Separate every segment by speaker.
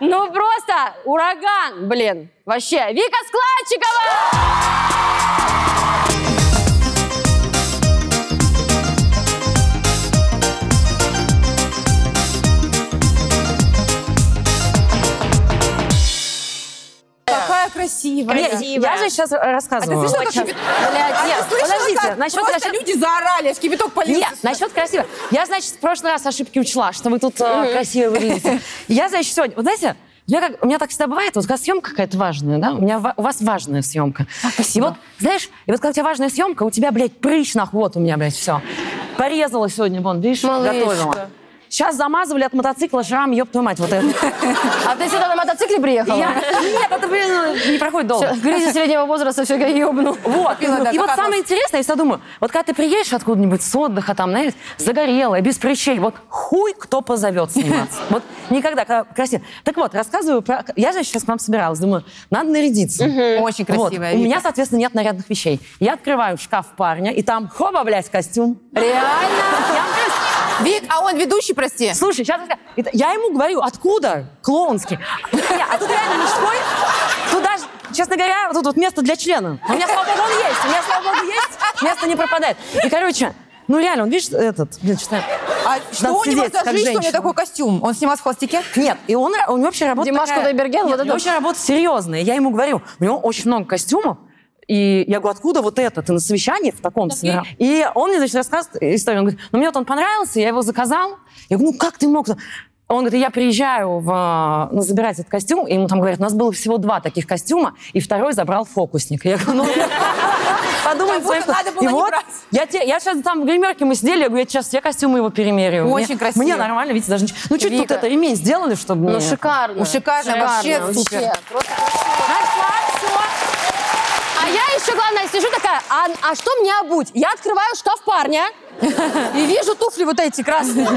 Speaker 1: Ну просто ураган, блин. Вообще. Вика Складчикова!
Speaker 2: Какая красивая. А
Speaker 1: Не, Я же сейчас рассказываю.
Speaker 2: слышала,
Speaker 1: Вот
Speaker 2: как
Speaker 1: щас.
Speaker 2: кипит-
Speaker 1: Блядь,
Speaker 2: А ты
Speaker 1: нет,
Speaker 2: слышала,
Speaker 1: подождите.
Speaker 2: как
Speaker 1: Насчет,
Speaker 2: просто
Speaker 1: насчет-
Speaker 2: люди заорали, аж кипяток полился.
Speaker 1: Нет,
Speaker 2: сюда.
Speaker 1: насчет красиво. Я, значит, в прошлый раз ошибки учла, что вы тут э, красиво выглядите. Я, значит, сегодня... Вот знаете, у меня, как- у меня так всегда бывает, вот когда съемка какая-то важная, да, у, меня, ва- у вас важная съемка.
Speaker 2: спасибо.
Speaker 1: И вот, знаешь, и вот когда у тебя важная съемка, у тебя, блядь, прыщ на хвост у меня, блядь, все. Порезала сегодня, вон, видишь,
Speaker 3: Малышка.
Speaker 1: готовила. Сейчас замазывали от мотоцикла шрам, ёб твою мать, вот это.
Speaker 3: А ты сюда на мотоцикле приехала?
Speaker 1: Я- Нет, это, блин, ну, не проходит долго.
Speaker 3: Всё, Кризис среднего возраста все ебну.
Speaker 1: Вот.
Speaker 2: Купила, да,
Speaker 1: и вот
Speaker 2: как
Speaker 1: самое
Speaker 2: оно?
Speaker 1: интересное, я всегда думаю, вот когда ты приедешь откуда-нибудь с отдыха, там, знаешь, загорелая, без прыщей, вот хуй кто позовет сниматься. Вот никогда, когда красиво. Так вот, рассказываю про... Я же сейчас к вам собиралась, думаю, надо нарядиться.
Speaker 2: Очень
Speaker 1: Хм. Вот.
Speaker 2: красивая.
Speaker 1: У
Speaker 2: Вика.
Speaker 1: меня, соответственно, нет нарядных вещей. Я открываю шкаф парня, и там, хоба, блядь, костюм.
Speaker 2: Реально?
Speaker 1: Я
Speaker 3: Ну,
Speaker 1: открываю,
Speaker 2: Вик, а он ведущий, прости.
Speaker 1: Слушай, сейчас я ему говорю, откуда? Клоунский. Не, а тут реально мужской. Тут даже, честно говоря, тут вот место для члена. У меня, слава богу, он есть. У меня, слава богу, есть. Место не пропадает. И, короче, ну реально, он, видишь, этот, блин, читаю.
Speaker 2: А что у него
Speaker 1: сидеть,
Speaker 2: за жизнь, что
Speaker 1: как
Speaker 2: у него
Speaker 1: женщина.
Speaker 2: такой костюм? Он снимался в холостяке?
Speaker 1: Нет, и он, ра- у него вообще работа
Speaker 3: Димаш
Speaker 1: такая-
Speaker 3: Кудайберген,
Speaker 1: Нет,
Speaker 3: вот
Speaker 1: у
Speaker 3: это
Speaker 1: него
Speaker 3: вот.
Speaker 1: вообще работа серьезная. Я ему говорю, у него очень много костюмов, и я говорю, откуда вот это? Ты на совещании в таком собирал? И он мне, значит, рассказывает историю. Он говорит, ну мне вот он понравился, я его заказал. Я говорю, ну как ты мог? Он говорит, я приезжаю в, а, ну, забирать этот костюм, и ему там говорят, у нас было всего два таких костюма, и второй забрал фокусник. Я говорю, ну... Подумай,
Speaker 2: Как будто
Speaker 1: своим-
Speaker 2: надо было
Speaker 1: И
Speaker 2: не
Speaker 1: вот
Speaker 2: брать.
Speaker 1: я, те- я сейчас там в гримерке мы сидели, я говорю, я сейчас все костюмы его перемерю.
Speaker 2: Очень
Speaker 1: Мне-
Speaker 2: красиво.
Speaker 1: Мне нормально, видите, даже... ничего. Ну, чуть тут
Speaker 3: Вика.
Speaker 1: это ремень сделали, чтобы
Speaker 3: Ну,
Speaker 1: не-
Speaker 3: шикарно.
Speaker 2: Шикарно, вообще супер.
Speaker 3: Просто-
Speaker 1: Нашла
Speaker 3: А я еще, главное, сижу такая, а, а что мне обуть? Я открываю шкаф парня и вижу туфли вот эти красные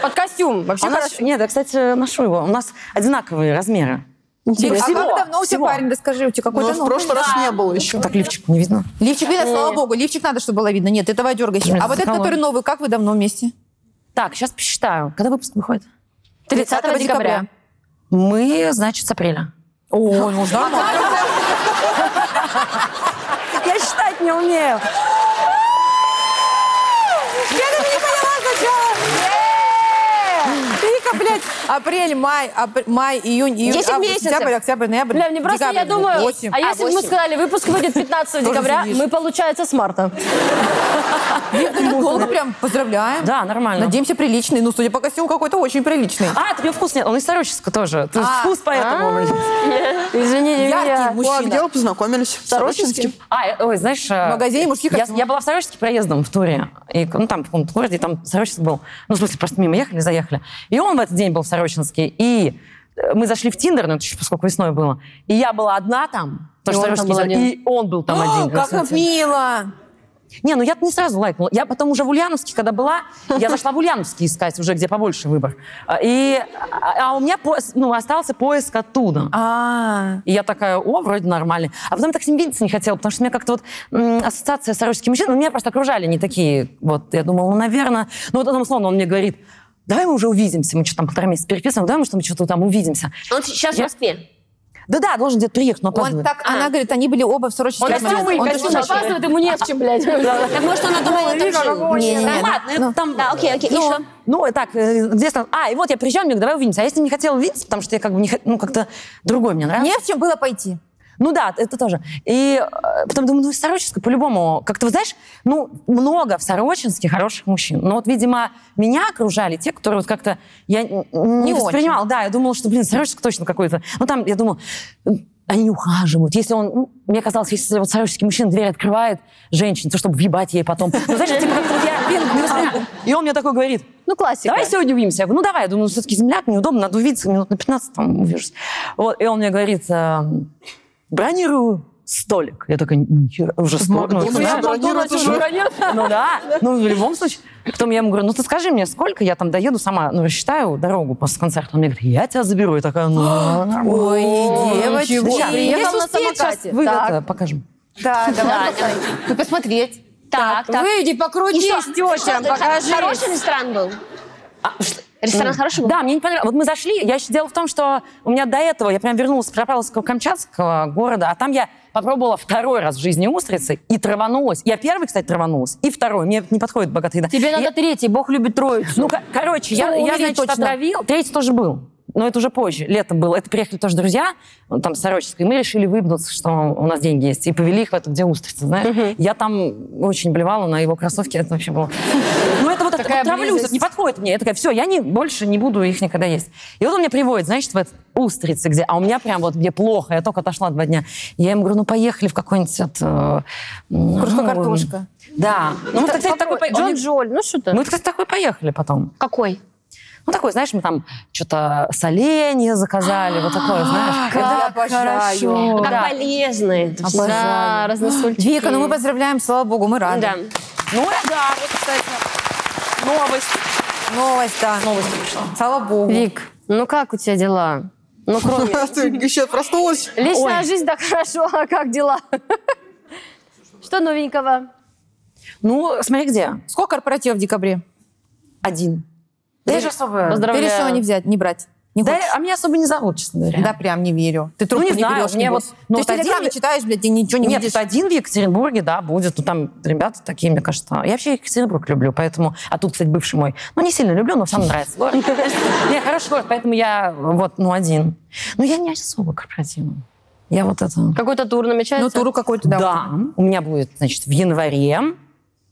Speaker 3: под костюм.
Speaker 1: всё.
Speaker 3: Вообще
Speaker 1: А у нас-
Speaker 3: хорошо.
Speaker 1: Нет, я, кстати, ношу его. У нас одинаковые размеры.
Speaker 2: Вик, а
Speaker 1: Всего,
Speaker 2: как давно у тебя
Speaker 1: всего.
Speaker 2: парень? Расскажи, у тебя какой-то
Speaker 4: Ну, в
Speaker 2: новый?
Speaker 4: прошлый раз не было еще.
Speaker 1: Так лифчик не видно.
Speaker 2: Лифчик видно, слава богу. Лифчик надо, чтобы было видно. Нет, этого дергайся.
Speaker 1: Блин,
Speaker 2: А вот этот,
Speaker 1: закололи.
Speaker 2: который новый, как вы давно вместе?
Speaker 1: Так, сейчас посчитаю. Когда выпуск выходит?
Speaker 3: 30 декабря.
Speaker 1: Мы, значит, с апреля.
Speaker 2: О, ну нормально.
Speaker 1: Я считать не умею.
Speaker 2: Вика, блядь, апрель, май, апр- май, июнь, июль,
Speaker 3: Десять
Speaker 2: август,
Speaker 3: месяцев.
Speaker 2: сентябрь, октябрь, ноябрь,
Speaker 3: Бля, мне просто,
Speaker 2: декабрь,
Speaker 3: я думаю,
Speaker 2: восемь.
Speaker 3: а если бы мы
Speaker 2: восемь.
Speaker 3: сказали, выпуск выйдет 15 декабря,
Speaker 2: сидишь.
Speaker 3: мы, получается, с марта.
Speaker 2: Вик, ну так долго прям поздравляем.
Speaker 1: Да, нормально.
Speaker 2: Надеемся, приличный. Ну, судя по костюму, какой-то очень приличный.
Speaker 1: А, это у него вкус нет. Он из Сороческа тоже. То есть
Speaker 2: А.
Speaker 1: вкус поэтому. блин.
Speaker 3: Извините
Speaker 2: Яркий
Speaker 3: меня.
Speaker 4: А где
Speaker 2: мужчина.
Speaker 4: вы познакомились? В
Speaker 3: Сорочинский?
Speaker 1: А, э, ой, знаешь... В
Speaker 2: магазине мужских
Speaker 1: я,
Speaker 2: костюмов.
Speaker 1: я была в Сороческе проездом в туре. И, ну, там, в каком-то городе, и там Сорочинск был. Ну, в смысле, просто мимо ехали, заехали. И он в этот день был в Сорочинске. И э, мы зашли в Тиндер, ну, это еще поскольку весной было. И я была одна там. потому
Speaker 3: И
Speaker 1: что
Speaker 3: он там
Speaker 1: Сорожский
Speaker 3: был
Speaker 1: за-
Speaker 3: один. А,
Speaker 1: И он был там
Speaker 2: О,
Speaker 1: один. на
Speaker 2: как
Speaker 1: самом деле.
Speaker 2: мило.
Speaker 1: Не, ну я не сразу лайкнула. Я потом уже в Ульяновске, когда была, я зашла в Ульяновске искать уже, где побольше выбор. А, И, а а у меня поис- ну, остался поиск оттуда.
Speaker 2: А,
Speaker 1: И я такая, о, вроде нормально. А потом я так с ним видеться не хотела, потому что у меня как-то вот м, ассоциация с сороческим мужчинами, ну, меня просто окружали не такие. Вот я думала, ну, наверное. Ну, вот он, условно, он мне говорит, давай мы уже увидимся. Мы что там полтора месяца переписываем, давай мы что мы что-то там увидимся.
Speaker 5: Он сейчас в
Speaker 1: Я-
Speaker 5: Москве.
Speaker 1: Да-да, должен где-то приехать, но
Speaker 2: он
Speaker 1: опаздывает.
Speaker 2: так, она говорит, они были оба в сорочке.
Speaker 1: Он костюмы и костюмы
Speaker 3: Опаздывает, ему не в чем, блядь.
Speaker 5: Так может, он думал, это
Speaker 2: не,
Speaker 1: Да
Speaker 3: Ну,
Speaker 2: не.
Speaker 1: ладно, это там...
Speaker 5: Да, окей, окей. И
Speaker 1: Ну,
Speaker 5: что?
Speaker 1: ну, и так, э, где там... А, и вот я приезжаю, мне говорят, давай увидимся. А я с ним не хотела увидеться, потому что я как бы не хот- Ну, как-то другой мне нравится.
Speaker 2: Не в чем было пойти.
Speaker 1: Ну да, это тоже. И э, потом думаю, ну, из Сорочинска по-любому. Как-то, вот знаешь, ну, много в Сорочинске хороших мужчин. Но вот, видимо, меня окружали те, которые вот как-то... Я н- не,
Speaker 2: Не
Speaker 1: воспринимала. Да, я думала, что, блин, Сорочинск точно какой-то. Ну, там, я думала, э, они не ухаживают. Если он... ну, мне казалось, если вот сороческий мужчина дверь открывает женщине, то чтобы въебать ей потом. Ну, знаешь, типа, как-то вот я, блин, не воспринимала. И он мне такой говорит,
Speaker 3: Ну, классика.
Speaker 5: Типа.
Speaker 1: Давай сегодня увидимся. Я говорю, ну давай. Я думаю, ну, все-таки земляк, неудобно, надо увидеться, минут на 15 там увижусь. Вот, и он мне говорит, эм, бронирую столик. Я такая, «Нихера, уже столик. Ну,
Speaker 4: Макдональдсе
Speaker 1: да.
Speaker 4: бронируют уже.
Speaker 1: Ну да, ну в любом случае. Потом я ему говорю, ну ты скажи мне, сколько я там доеду сама, ну рассчитаю дорогу после концерта. Он мне говорит, я тебя заберу. Я такая, ну нормально.
Speaker 2: Ой, девочки.
Speaker 1: Сейчас,
Speaker 3: приехал
Speaker 1: если
Speaker 3: на
Speaker 1: успеет, сейчас
Speaker 3: самокате.
Speaker 1: вы
Speaker 3: Так.
Speaker 1: это покажем.
Speaker 2: Да, давай.
Speaker 3: Ну, посмотреть.
Speaker 5: Так, так.
Speaker 3: Выйди, покрутись,
Speaker 5: Что,
Speaker 3: теща,
Speaker 5: хо-
Speaker 3: покажи.
Speaker 5: Хороший ресторан был?
Speaker 1: А, что-
Speaker 5: Ресторан хороший был?
Speaker 1: Да, мне не понравилось. Вот мы зашли, я еще дело в том, что у меня до этого, я прям вернулась с Петропавловского-Камчатского города, а там я попробовала второй раз в жизни устрицы и траванулась. Я первый, кстати, траванулась, и второй. Мне не подходит богатая еда.
Speaker 3: Тебе
Speaker 1: Я-
Speaker 3: надо третий, Бог любит троицу.
Speaker 1: Ну, ко- короче, я,
Speaker 3: Чтобы
Speaker 1: я,
Speaker 3: умереть
Speaker 1: значит,
Speaker 3: точно.
Speaker 1: отравил. Третий тоже был. Но это уже позже, летом было. Это приехали тоже друзья, ну, там, с Сороческой. Мы решили выебнуться, что у нас деньги есть. И повели их в это, где устрица, знаешь. Я там очень блевала на его кроссовки. Это вообще было... Ну, это вот это
Speaker 2: Такая
Speaker 1: вот травлюсь, это не подходит мне. Я такая, все, я не, больше не буду их никогда есть. И вот он меня приводит, значит, в этот устрицы, где... А у меня прям вот где плохо. Я только отошла два дня. Я ему говорю, ну, поехали в какой-нибудь... это, м,
Speaker 2: Кружка
Speaker 1: ну,
Speaker 2: картошка.
Speaker 1: Да. Ну, мы, кстати, такой... по- он
Speaker 5: Джон
Speaker 1: мне-
Speaker 5: Джоль, ну что-то.
Speaker 1: Мы, кстати, такой поехали потом.
Speaker 5: Какой?
Speaker 1: Ну, такой, знаешь, мы там что-то соленье заказали, вот такое, знаешь.
Speaker 2: Я обожаю.
Speaker 5: Как
Speaker 1: Да.
Speaker 5: полезно это все.
Speaker 1: Обожаю.
Speaker 5: Да, разносольчики.
Speaker 2: Вика, ну мы поздравляем, слава богу, мы рады.
Speaker 5: Да.
Speaker 1: Ну, да, вот, кстати, новость.
Speaker 2: Новость, да.
Speaker 1: Новость пришла.
Speaker 2: Слава богу.
Speaker 5: Вик, ну как у тебя дела? Ну кроме...
Speaker 4: Ты еще проснулась?
Speaker 5: Личная жизнь так хорошо, а как дела? Что новенького?
Speaker 1: Ну, смотри, где?
Speaker 2: Сколько корпоративов в декабре?
Speaker 1: Один. Да я же особо...
Speaker 2: Ты
Speaker 5: Поздравляю.
Speaker 2: решила не взять, не брать? Не
Speaker 1: Да,
Speaker 2: хочешь?
Speaker 1: а меня особо не зовут, честно говоря.
Speaker 2: Да прям не верю. Ты трубку
Speaker 1: не
Speaker 2: не,
Speaker 1: знаю,
Speaker 2: берешь,
Speaker 1: мне
Speaker 2: небось.
Speaker 1: вот- ну
Speaker 2: Ты
Speaker 1: вот
Speaker 2: в Телеграм
Speaker 1: один-
Speaker 2: не читаешь, блядь, и ничего не
Speaker 1: Нет,
Speaker 2: видишь.
Speaker 1: вот один в Екатеринбурге, да, будет. Ну, там ребята такие, мне кажется. Я вообще Екатеринбург люблю, поэтому... А тут, кстати, бывший мой. Ну, не сильно люблю, но сам нравится город. Не, хороший город, поэтому я вот, ну, один. Но я не особо корпоративная. Я вот это...
Speaker 5: Какой-то тур намечается?
Speaker 2: Ну, туру какой-то, да.
Speaker 1: Да. У меня будет, значит, в январе,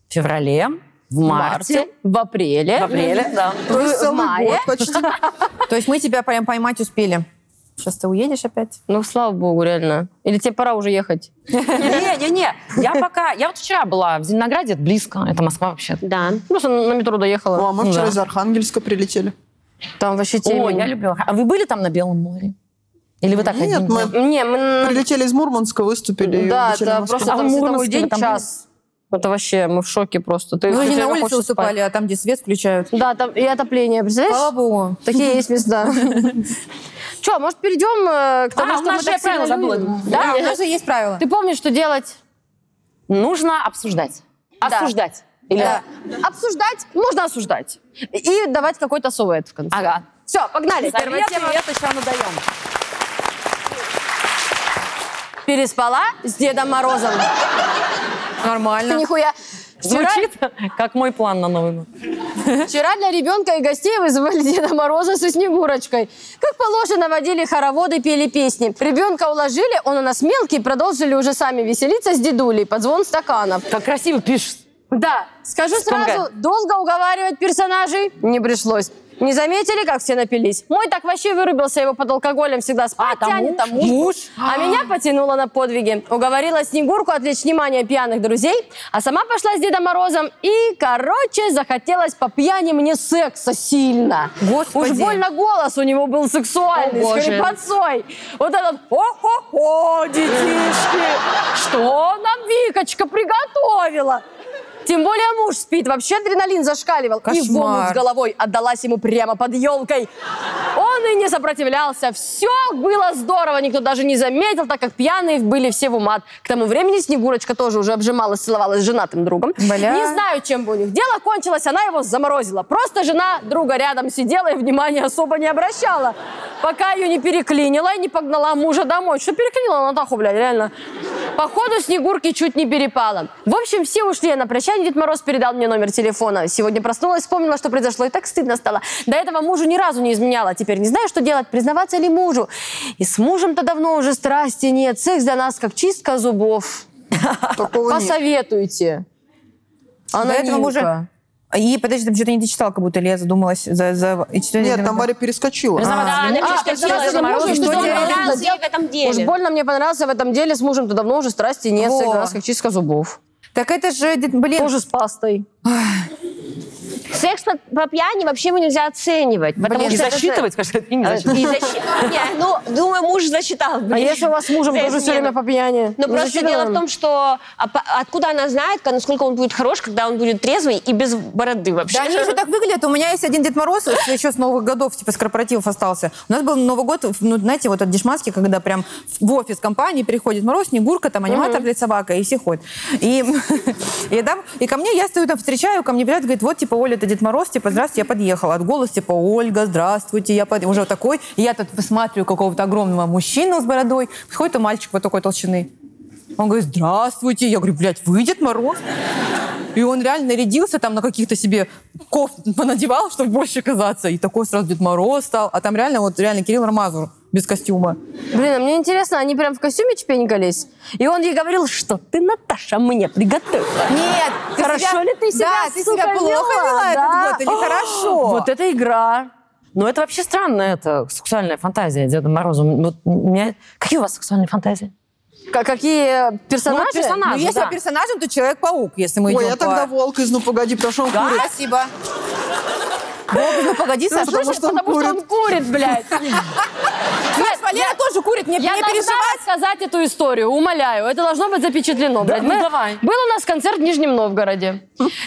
Speaker 1: феврале, в марте,
Speaker 5: В апреле.
Speaker 1: в апреле, да.
Speaker 4: То есть
Speaker 5: в
Speaker 4: целый
Speaker 5: мае.
Speaker 4: год почти.
Speaker 2: То есть мы тебя прям поймать успели. Сейчас ты уедешь опять?
Speaker 5: Ну, слава богу, реально. Или тебе пора уже ехать?
Speaker 1: Не-не-не, я пока... Я вот вчера была в Зеленограде, это близко, это Москва вообще.
Speaker 5: Да. Просто на метро доехала.
Speaker 4: Ну, а мы
Speaker 1: Ну
Speaker 4: вчера
Speaker 1: да.
Speaker 4: из Архангельска прилетели.
Speaker 5: Там вообще
Speaker 1: О,
Speaker 5: темень.
Speaker 1: я люблю. А вы были там на Белом море? Или вы так
Speaker 4: Нет,
Speaker 1: один
Speaker 4: мы
Speaker 1: был?
Speaker 5: Не, мы... на-
Speaker 4: прилетели из Мурманска, выступили. и
Speaker 5: Да,
Speaker 4: улетели в
Speaker 5: да,
Speaker 4: Москву.
Speaker 5: просто
Speaker 1: А
Speaker 5: там
Speaker 1: в
Speaker 5: световой
Speaker 1: Мурманске вы
Speaker 5: день,
Speaker 1: там
Speaker 5: час. Это вообще, мы в шоке просто. Ты
Speaker 2: Ну,
Speaker 5: всё
Speaker 2: не на
Speaker 5: время
Speaker 2: улице
Speaker 5: хочешь спать.
Speaker 2: уступали, а там, где свет включают.
Speaker 5: Да, там и отопление,
Speaker 2: Слава
Speaker 5: представляешь?
Speaker 2: богу.
Speaker 5: Такие есть места. Че, может, перейдем э, к тому,
Speaker 1: А,
Speaker 5: что
Speaker 1: у нас
Speaker 5: мы
Speaker 1: же
Speaker 5: так
Speaker 1: я правила
Speaker 5: сильно любим?
Speaker 1: забыла.
Speaker 5: Да?
Speaker 2: у нас же есть правила.
Speaker 5: Ты помнишь, что делать?
Speaker 1: Нужно обсуждать. Обсуждать. Или...
Speaker 2: Да.
Speaker 5: Обсуждать, можно осуждать. И давать какой-то совет в конце.
Speaker 1: Ага.
Speaker 5: Все, погнали. Первая
Speaker 1: Советы,
Speaker 5: тема.
Speaker 1: это сейчас надаем.
Speaker 5: Переспала с Дедом Морозом. Ты
Speaker 2: Нормально.
Speaker 5: нихуя. Вчера,
Speaker 1: Звучит как мой план на Новый год.
Speaker 5: вчера для ребенка и гостей вызывали Деда Мороза со Снегурочкой. Как положено, водили хороводы, пели песни. Ребенка уложили, он у нас мелкий, продолжили уже сами веселиться с дедулей под звон стаканов.
Speaker 1: Как красиво пишешь.
Speaker 5: Да, скажу
Speaker 1: Сколько?
Speaker 5: сразу, долго уговаривать персонажей не пришлось. Не заметили, как все напились? Мой так вообще вырубился, его под алкоголем всегда спать
Speaker 1: А, там
Speaker 5: тянет,
Speaker 1: муж?
Speaker 5: там муж. А меня потянуло на подвиги. Уговорила Снегурку отвлечь внимание пьяных друзей, а сама пошла с Дедом Морозом и, короче, захотелось по пьяни мне секса сильно.
Speaker 2: Господи.
Speaker 5: Уж больно голос у него был сексуальный,
Speaker 2: О,
Speaker 5: с
Speaker 2: боже.
Speaker 5: хрипотцой. Вот этот «О-хо-хо, детишки, что нам Викочка приготовила?» Тем более муж спит, вообще адреналин зашкаливал. И в омут
Speaker 2: Кошмар.
Speaker 5: с головой отдалась ему прямо под елкой. Он и не сопротивлялся. Все было здорово, никто даже не заметил, так как пьяные были все в умат. К тому времени Снегурочка тоже уже обжималась, целовалась с женатым другом.
Speaker 2: Бля.
Speaker 5: Не знаю, чем бы у них дело кончилось, она его заморозила. Просто жена друга рядом сидела и внимания особо не обращала. Пока ее не переклинила и не погнала мужа домой. Что переклинила Натаху, блядь, реально. Походу, Снегурки чуть не перепало. В общем, все ушли, а на прощание Дед Мороз передал мне номер телефона. Сегодня проснулась, вспомнила, что произошло, и так стыдно стало. До этого мужу ни разу не изменяла. Теперь не знаю, что делать, признаваться ли мужу. И с мужем-то давно уже страсти нет. Секс для нас как чистка зубов.
Speaker 4: Такого нет.
Speaker 5: Посоветуйте.
Speaker 2: До этого мы уже... И подожди, там что-то не дочитала, как будто, или я задумалась. За, за... и что-
Speaker 4: Нет, там Варя перескочила.
Speaker 5: А,
Speaker 3: напиши, что
Speaker 5: потому
Speaker 3: делать,
Speaker 5: что
Speaker 3: Мороз,
Speaker 5: мужем
Speaker 2: что
Speaker 5: давно
Speaker 2: делать?
Speaker 5: уже
Speaker 3: Понравился
Speaker 5: страсти-
Speaker 3: ей в этом
Speaker 5: Уж
Speaker 3: деле.
Speaker 5: больно мне понравился в этом деле, с мужем-то давно уже страсти нет,
Speaker 2: Во.
Speaker 5: согласна, как чистка зубов.
Speaker 2: Так это же, дед- блин,
Speaker 5: Тоже с пастой.
Speaker 3: Секс по, по пьяни вообще его нельзя оценивать. Потому
Speaker 1: Не
Speaker 3: что это же-
Speaker 1: засчитывать, конечно, это А, не
Speaker 3: Э,
Speaker 1: засчитывать.
Speaker 3: И защи- Не, ну, думаю, муж засчитал.
Speaker 5: А если у вас с мужем
Speaker 3: За
Speaker 5: тоже все
Speaker 3: измену.
Speaker 5: время по
Speaker 6: Ну,
Speaker 5: пьяни? Ну,
Speaker 3: Но
Speaker 5: Не
Speaker 3: ну, просто
Speaker 5: засчитано
Speaker 3: дело в
Speaker 5: вам?
Speaker 3: том, что а по- откуда она знает, ка- насколько он будет хорош, когда он будет трезвый и без бороды вообще.
Speaker 2: Да они еще так выглядят. У меня есть один Дед Мороз, с- еще с новых годов, типа с корпоративов остался. У нас был Новый год, ну, знаете, вот от дешманский, когда прям в офис компании приходит Мороз, Снегурка, там аниматор для собака, и все ходят. И, и, там, и ко мне, я стою там, встречаю, ко мне приезжают, говорит, вот, типа, Оля, говорит Дед Мороз, типа, здравствуйте, я подъехала. От голос, типа, Ольга, здравствуйте, я под... Уже вот такой. И я тут посмотрю какого-то огромного мужчину с бородой. Сходит мальчик вот такой толщины. Он говорит, здравствуйте. Я говорю, блядь, вы Дед Мороз? И он реально нарядился там на каких-то себе кофт понадевал, чтобы больше казаться. И такой сразу Дед Мороз стал. А там реально, вот реально Кирилл Рамазур без костюма.
Speaker 5: Блин, а мне интересно, они прям в костюме чпенькались? И он ей говорил, что ты, Наташа, мне приготовила.
Speaker 2: Нет, ты
Speaker 5: Хорошо
Speaker 2: себя-
Speaker 5: ли ты себя,
Speaker 2: Да, ты себя
Speaker 5: сука,
Speaker 2: плохо вела
Speaker 5: да?
Speaker 2: этот год или хорошо?
Speaker 5: Вот это игра.
Speaker 1: Но Ну, это вообще странно, это сексуальная фантазия Деда Мороза. Вот меня... Какие у вас сексуальные фантазии?
Speaker 5: К- какие персонажи?
Speaker 1: Ну, вот персонажи.
Speaker 2: Ну,
Speaker 1: Надо,
Speaker 2: если
Speaker 1: да.
Speaker 2: по персонажам, то Человек-паук, если мы
Speaker 4: Ой,
Speaker 2: идем
Speaker 4: я
Speaker 2: по-
Speaker 4: тогда волк из «Ну погоди» прошел
Speaker 2: Да,
Speaker 4: курит.
Speaker 2: спасибо. Бог, ну погоди, Саша,
Speaker 4: потому что он
Speaker 5: Потому что он курит, блядь.
Speaker 2: Саша, Валера тоже курит, мне,
Speaker 5: Я
Speaker 2: мне
Speaker 5: должна
Speaker 2: переживать.
Speaker 5: рассказать эту историю, умоляю. Это должно быть запечатлено. блядь.
Speaker 1: ну
Speaker 5: Мы-
Speaker 1: давай.
Speaker 5: Был у нас концерт в Нижнем Новгороде.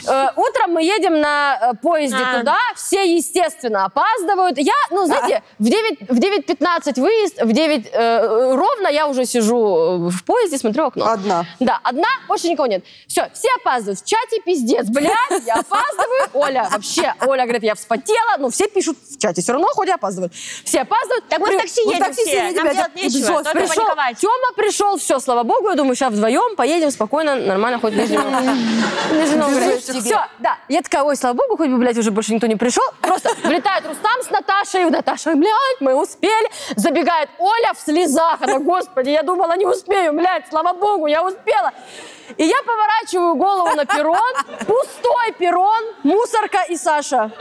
Speaker 5: Э, Утром мы едем на э, поезде
Speaker 1: А.
Speaker 5: туда, все, естественно, опаздывают. Я, ну, знаете, в 9 в 9.15 выезд, в 9 э, э, ровно я уже сижу э, в поезде, смотрю в окно.
Speaker 4: Одна.
Speaker 5: Да, одна, больше никого нет. Все, все опаздывают. В чате пиздец, блядь, я опаздываю. Оля, вообще, Оля говорит, я вспотела. Ну, все пишут в чате, все равно, хоть и опаздывают. Все опаздывают. Так
Speaker 6: мы в такси
Speaker 5: вот
Speaker 6: едем
Speaker 5: такси
Speaker 6: все, нам
Speaker 5: ребята.
Speaker 6: делать нечего,
Speaker 5: Жёстко.
Speaker 6: только
Speaker 5: Пришел,
Speaker 6: паниковать.
Speaker 5: Тема пришел, все, слава богу, я думаю, сейчас вдвоем поедем спокойно, нормально, хоть Нижний Новгород. Нижний Новгород. Все, да. Я такая, ой, слава богу, хоть бы, блядь, уже больше никто не пришел. Просто влетает Рустам с Наташей, Наташа, блядь, мы успели. Забегает Оля в слезах, она, господи, я думала, не успею, блядь, слава богу, я успела. И я поворачиваю голову на перрон, пустой перрон, мусорка и Саша.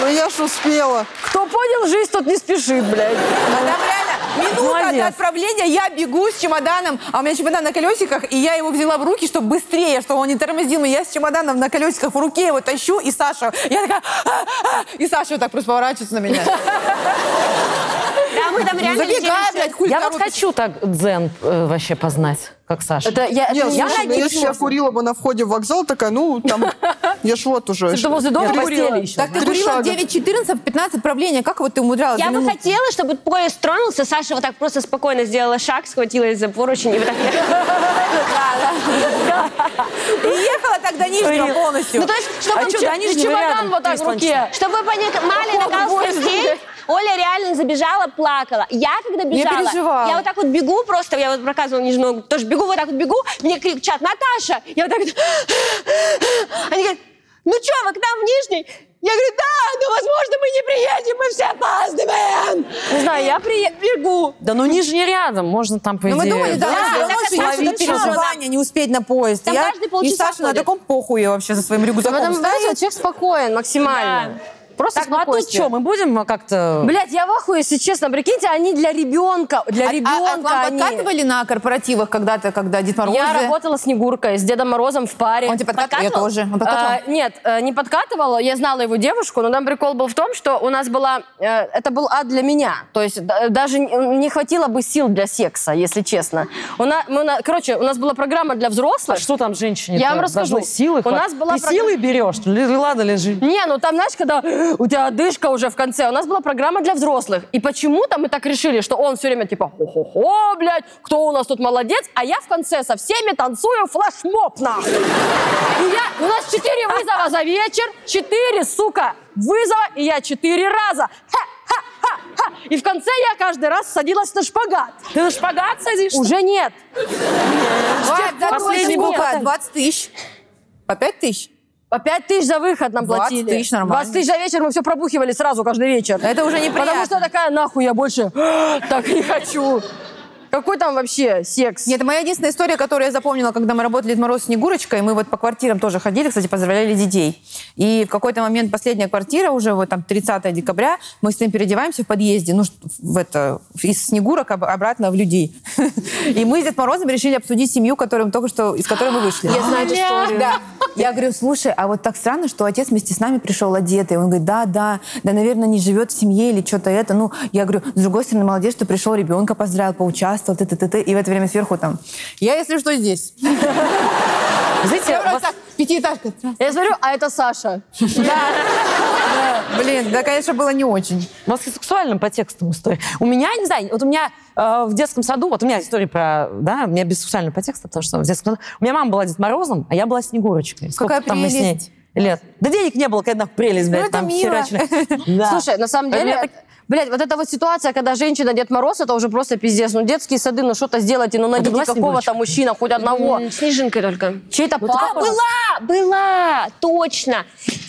Speaker 4: Ну я ж успела.
Speaker 5: Кто понял, жизнь тот не спешит, блядь.
Speaker 2: А Там реально минута до
Speaker 1: Молодец.
Speaker 2: отправления, я бегу с чемоданом, а у меня чемодан на колесиках, и я его взяла в руки, чтобы быстрее, чтобы он не тормозил. меня. я с чемоданом на колесиках в руке его тащу, и Саша, я такая, «А, а», и Саша вот так просто поворачивается на меня.
Speaker 6: Да, мы
Speaker 5: ну,
Speaker 6: там реально летели
Speaker 2: Забегай,
Speaker 6: все.
Speaker 2: блядь, хуй
Speaker 1: Я вот
Speaker 2: коробишь.
Speaker 1: хочу так дзен э, вообще познать, как Саша.
Speaker 5: Это я,
Speaker 2: А
Speaker 4: Нет,
Speaker 5: это не я
Speaker 4: слушай, ну,
Speaker 5: не
Speaker 4: если я
Speaker 5: курила.
Speaker 4: курила бы на входе в вокзал, такая, ну, там, я ж вот уже.
Speaker 1: Что возле дома
Speaker 4: Нет,
Speaker 1: постели еще.
Speaker 2: Так ты
Speaker 4: Три
Speaker 2: курила
Speaker 4: шага.
Speaker 2: 9, 14, 15 отправления, как вот ты умудрялась?
Speaker 6: Я
Speaker 2: за
Speaker 6: бы
Speaker 2: минуту?
Speaker 6: хотела, чтобы поезд тронулся, Саша вот так просто спокойно сделала шаг, схватилась за поручень и вот так...
Speaker 2: И ехала тогда Нижнего полностью.
Speaker 6: Ну, то есть, чтобы...
Speaker 5: А
Speaker 6: он-
Speaker 5: чё, и чемодан вот так в руке.
Speaker 6: Чтобы вы понимали
Speaker 5: Походу,
Speaker 6: накал
Speaker 5: поезд,
Speaker 6: страстей,
Speaker 5: блядь.
Speaker 6: Оля реально забежала, плакала. Я когда бежала,
Speaker 2: переживала.
Speaker 6: я вот так вот бегу просто, я вот проказывала нижнюю ногу, тоже бегу, вот так вот бегу, мне кричат, Наташа! Я вот так вот... Они говорят, ну что, вы к нам в Нижний? Я говорю, да, но, возможно, мы не приедем, мы все опаздываем.
Speaker 5: Не знаю, я при... бегу.
Speaker 1: Да ну Нижний рядом, можно там, по
Speaker 2: Ну, мы
Speaker 1: идее,
Speaker 2: думали, да,
Speaker 6: Да,
Speaker 2: все равно,
Speaker 6: так
Speaker 2: что есть
Speaker 6: это
Speaker 2: это
Speaker 6: ловить
Speaker 2: переживание, не успеть на поезд.
Speaker 6: Там
Speaker 2: Я-
Speaker 6: каждый
Speaker 2: И
Speaker 6: полчаса
Speaker 2: Саша на
Speaker 6: ходит.
Speaker 2: таком похуе вообще со своим рюкзаком
Speaker 5: Потом,
Speaker 2: стоит.
Speaker 5: знаете, вот человек спокоен максимально. Просто
Speaker 1: Так, ну а тут что, мы будем как-то...
Speaker 5: Блять, я в ахуе, если честно. Прикиньте, они для ребенка, для
Speaker 2: А-
Speaker 5: ребенка
Speaker 2: а, а к вам
Speaker 5: они.
Speaker 2: подкатывали на корпоративах когда-то, когда Дед Мороз?
Speaker 5: Я работала Снегуркой, с Дедом Морозом в паре.
Speaker 2: Он тебе подкатывал? Я тоже. Он подкатывал?
Speaker 5: А, нет, э, не подкатывала. Я знала его девушку, но там прикол был в том, что у нас была... э, это был ад для меня. То есть да- даже не не хватило бы сил для секса, если честно. У на- мы на- короче, у нас была программа для взрослых.
Speaker 1: А что там женщине
Speaker 5: Я вам расскажу.
Speaker 1: силы
Speaker 5: У
Speaker 1: хват-
Speaker 5: нас была
Speaker 1: Ты
Speaker 5: программа-
Speaker 1: силой берешь? Ли- Ладно, лежи.
Speaker 5: Не, ну там, знаешь, когда у тебя одышка уже в конце, у нас была программа для взрослых. И почему-то мы так решили, что он все время типа хо-хо-хо, блядь, кто у нас тут молодец, а я в конце со всеми танцую флешмоб нахуй. И я, у нас четыре вызова за вечер, четыре, сука, вызова, и я четыре раза. Ха-ха-ха-ха. И в конце я каждый раз садилась на шпагат.
Speaker 1: Ты на шпагат садишься?
Speaker 5: Уже нет.
Speaker 2: Последний
Speaker 5: Последний
Speaker 2: был
Speaker 5: год.
Speaker 2: 20 тысяч. По 5 тысяч?
Speaker 5: По 5 тысяч за выход нам
Speaker 2: 20
Speaker 5: платили.
Speaker 2: тысяч нормально.
Speaker 5: 20 тысяч за вечер мы все пробухивали сразу каждый вечер.
Speaker 2: Это уже неприятно.
Speaker 5: Потому что я такая, нахуй, я больше так не хочу. Какой там вообще секс?
Speaker 2: Нет, это моя единственная история, которую я запомнила, когда мы работали Дед Мороз Снегурочкой, мы вот по квартирам тоже ходили, кстати, поздравляли детей. И в какой-то момент последняя квартира, уже вот там 30 декабря, мы с ним переодеваемся в подъезде, ну, ш- в это, из Снегурок об- обратно в людей. И мы с Дед Морозом решили обсудить семью, которую мы только что, из которой мы вышли. Я знаю эту историю. Да. Я говорю, слушай, а вот так странно, что отец вместе с нами пришел одетый. Он говорит, да, да, да, наверное, не живет в семье или что-то это. Ну, я говорю, с другой стороны, молодец, что пришел, ребенка поздравил, поучаствовал, ты ты ты ты И в это время сверху там, я, если что, здесь.
Speaker 1: Знаете,
Speaker 2: Пятиэтажка.
Speaker 5: Я смотрю, а это Саша.
Speaker 2: Да. Блин, да, конечно, было не очень.
Speaker 1: Маскосексуальным по текстам история. У меня, не знаю, вот у меня э, в детском саду, вот у меня история про, да, у меня бисексуальный по тексту, потому что в детском саду, у меня мама была Дед Морозом, а я была Снегурочкой.
Speaker 2: Какая
Speaker 1: там мы с ней
Speaker 2: прелесть.
Speaker 1: лет. Да денег не было, когда прелесть, блядь,
Speaker 2: это
Speaker 1: там
Speaker 2: мило.
Speaker 1: херачили. Да.
Speaker 5: Слушай, ну, на самом
Speaker 1: А
Speaker 5: деле,
Speaker 1: меня так-
Speaker 5: блядь, вот эта вот ситуация, когда женщина Дед Мороз, это уже просто пиздец. Ну, детские сады, ну что-то сделайте, ну найдите
Speaker 1: была
Speaker 5: какого-то
Speaker 1: Снегурочка?
Speaker 5: мужчина, хоть одного.
Speaker 6: Снежинкой только.
Speaker 5: Чей-то
Speaker 2: Ну,
Speaker 6: А,
Speaker 5: папа.
Speaker 6: была, была, точно.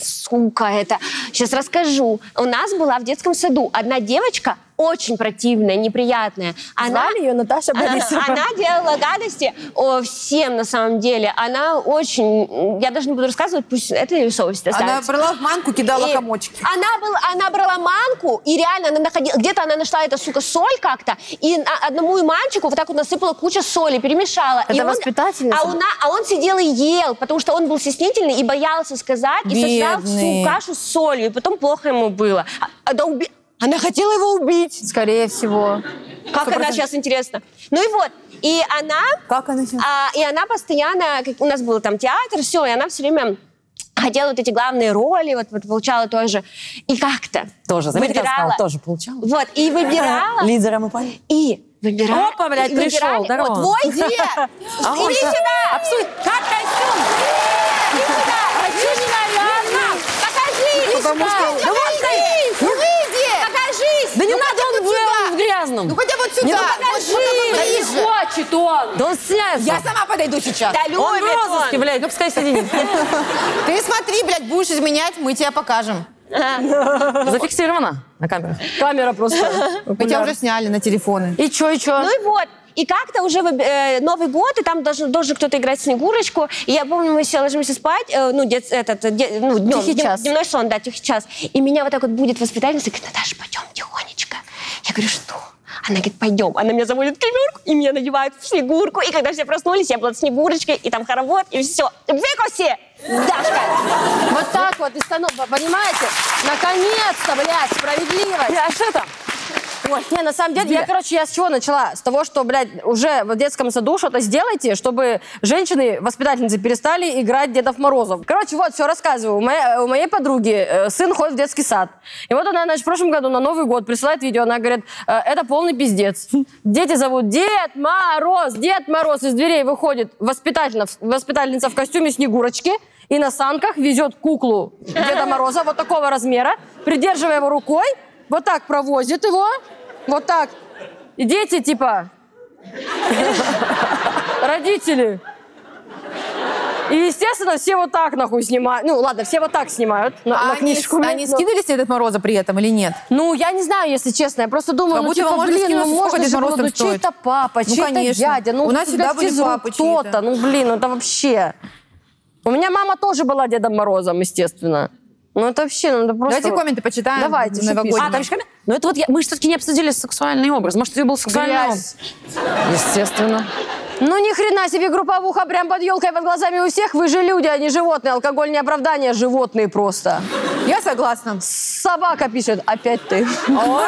Speaker 6: Сука это. Сейчас расскажу. У нас была в детском саду одна девочка, очень противная, неприятная. Она,
Speaker 5: Знали ее Наташа
Speaker 6: она,
Speaker 5: Борисова?
Speaker 6: она делала гадости о, всем, на самом деле. Она очень... Я даже не буду рассказывать, пусть это ее совесть
Speaker 2: Она
Speaker 6: останется.
Speaker 2: брала в манку, кидала
Speaker 6: И
Speaker 2: комочки.
Speaker 6: Она, был, она брала манку, и реально она находила... Где-то она нашла, эта сука, соль как-то, и на- одному мальчику вот так вот насыпала куча соли, перемешала.
Speaker 5: Это
Speaker 6: и он-
Speaker 5: воспитательница?
Speaker 6: а, она- а он сидел и ел, потому что он был стеснительный и боялся сказать, и сожрал
Speaker 2: Бедный.
Speaker 6: всю кашу с солью, и потом плохо ему было. А- а да уби- Она хотела его убить.
Speaker 5: Скорее всего.
Speaker 6: Как она сейчас, интересно. Ну и вот. И она
Speaker 2: Как она сейчас?
Speaker 6: а, и она постоянно, как у нас был там театр, все, и она все время хотела вот эти главные роли, вот, вот получала тоже. И как-то
Speaker 1: Тоже, заметь, как я сказала,
Speaker 6: выбирала.
Speaker 1: тоже получала.
Speaker 6: Вот, и выбирала,
Speaker 1: Лидером и пони-
Speaker 6: и выбирала.
Speaker 1: Опа, блядь,
Speaker 6: и выбирали.
Speaker 1: пришел,
Speaker 6: Вот,
Speaker 1: здорово.
Speaker 6: твой дед!
Speaker 1: А он
Speaker 6: Иди
Speaker 1: что?
Speaker 6: сюда!
Speaker 1: Обсудь, как костюм?
Speaker 6: Иди сюда! Покажи! Иди
Speaker 4: Потому
Speaker 6: сюда!
Speaker 4: что-
Speaker 6: Да вот ты! Покажись!
Speaker 1: Ну, Да не надо, он в- он в грязном.
Speaker 2: Ну хотя вот сюда.
Speaker 1: ну
Speaker 2: вот сюда
Speaker 5: Не
Speaker 2: поближе.
Speaker 5: хочет он.
Speaker 1: Да он снялся.
Speaker 2: Я сама подойду сейчас.
Speaker 6: Да любит
Speaker 1: Он в розыске,
Speaker 6: он.
Speaker 1: блядь, ну пускай сидит.
Speaker 2: Ты смотри, блядь, будешь изменять, мы тебя покажем.
Speaker 1: Зафиксировано на камерах.
Speaker 5: Камера просто.
Speaker 2: Мы тебя уже сняли на телефоны.
Speaker 5: И чё, и чё?
Speaker 6: Ну и вот. И как-то уже выб- э, Новый год, и там должен, должен кто-то играть Снегурочку. И я помню, мы все ложимся спать, э, ну, дец- этот, э, де- ну, днем,
Speaker 5: Тихий
Speaker 6: днем-
Speaker 5: час.
Speaker 6: дневной сон, да, тихий час. И меня вот так вот будет воспитательница, и говорит, Наташа, пойдем тихонечко. Я говорю, что? Она говорит, пойдем. Она меня заводит в кремерку, и меня надевают в Снегурку. И когда все проснулись, я была Снегурочкой, и там хоровод, и все. Выкуси,
Speaker 5: Ну
Speaker 6: Дашка!
Speaker 5: Вот так вот, и стану- понимаете? Наконец-то, блядь, справедливость.
Speaker 1: А что там?
Speaker 5: Ой, не, на самом деле, я, короче, я с чего начала? С того, что, блядь, уже в детском саду что-то сделайте, чтобы женщины-воспитательницы перестали играть Дедов Морозов. Короче, вот, все рассказываю. У моей, у моей подруги э, сын ходит в детский сад. И вот она, значит, в прошлом году на Новый год присылает видео, она говорит, «Э, это полный пиздец. Дети зовут Дед Мороз, Дед Мороз. Из дверей выходит воспитательница, воспитательница в костюме Снегурочки и на санках везет куклу Деда Мороза вот такого размера, придерживая его рукой, вот так провозит его, вот так. И дети типа... Родители. И, естественно, все вот так нахуй снимают. Ну, ладно, все вот так снимают на, на
Speaker 2: А они,
Speaker 5: книжку.
Speaker 2: они
Speaker 5: Ну,
Speaker 2: скидывались Дед Мороза при этом или нет?
Speaker 5: Ну, я не знаю, если честно. Я просто думаю,
Speaker 2: Как
Speaker 5: ну,
Speaker 2: будто
Speaker 5: типа,
Speaker 2: его можно
Speaker 5: блин, ну,
Speaker 2: скинуть, сколько
Speaker 5: можно
Speaker 2: Дед
Speaker 5: же
Speaker 2: Мороз
Speaker 5: было,
Speaker 2: там стоит?
Speaker 5: чей-то папа,
Speaker 2: Ну,
Speaker 5: чей-то
Speaker 2: конечно.
Speaker 5: дядя. Ну,
Speaker 2: У нас
Speaker 5: тебя
Speaker 2: всегда были
Speaker 5: физрук,
Speaker 2: папы чьи-то.
Speaker 5: кто-то. Ну, блин, ну, это вообще... У меня мама тоже была Дедом Морозом, естественно. Ну, это вообще, ну, это просто...
Speaker 2: Давайте комменты почитаем.
Speaker 5: Давайте, что
Speaker 2: новогодние.
Speaker 5: пишут.
Speaker 1: А, там еще камера? Ну это вот я- мы все-таки не обсудили сексуальный образ. Может, у тебя был сексуальный
Speaker 5: Грязь.
Speaker 1: образ? Естественно.
Speaker 5: Ну ни хрена себе групповуха прям под елкой под глазами у всех. Вы же люди, а не животные. Алкоголь не оправдание, животные просто.
Speaker 2: Я согласна.
Speaker 5: Собака пишет, опять ты.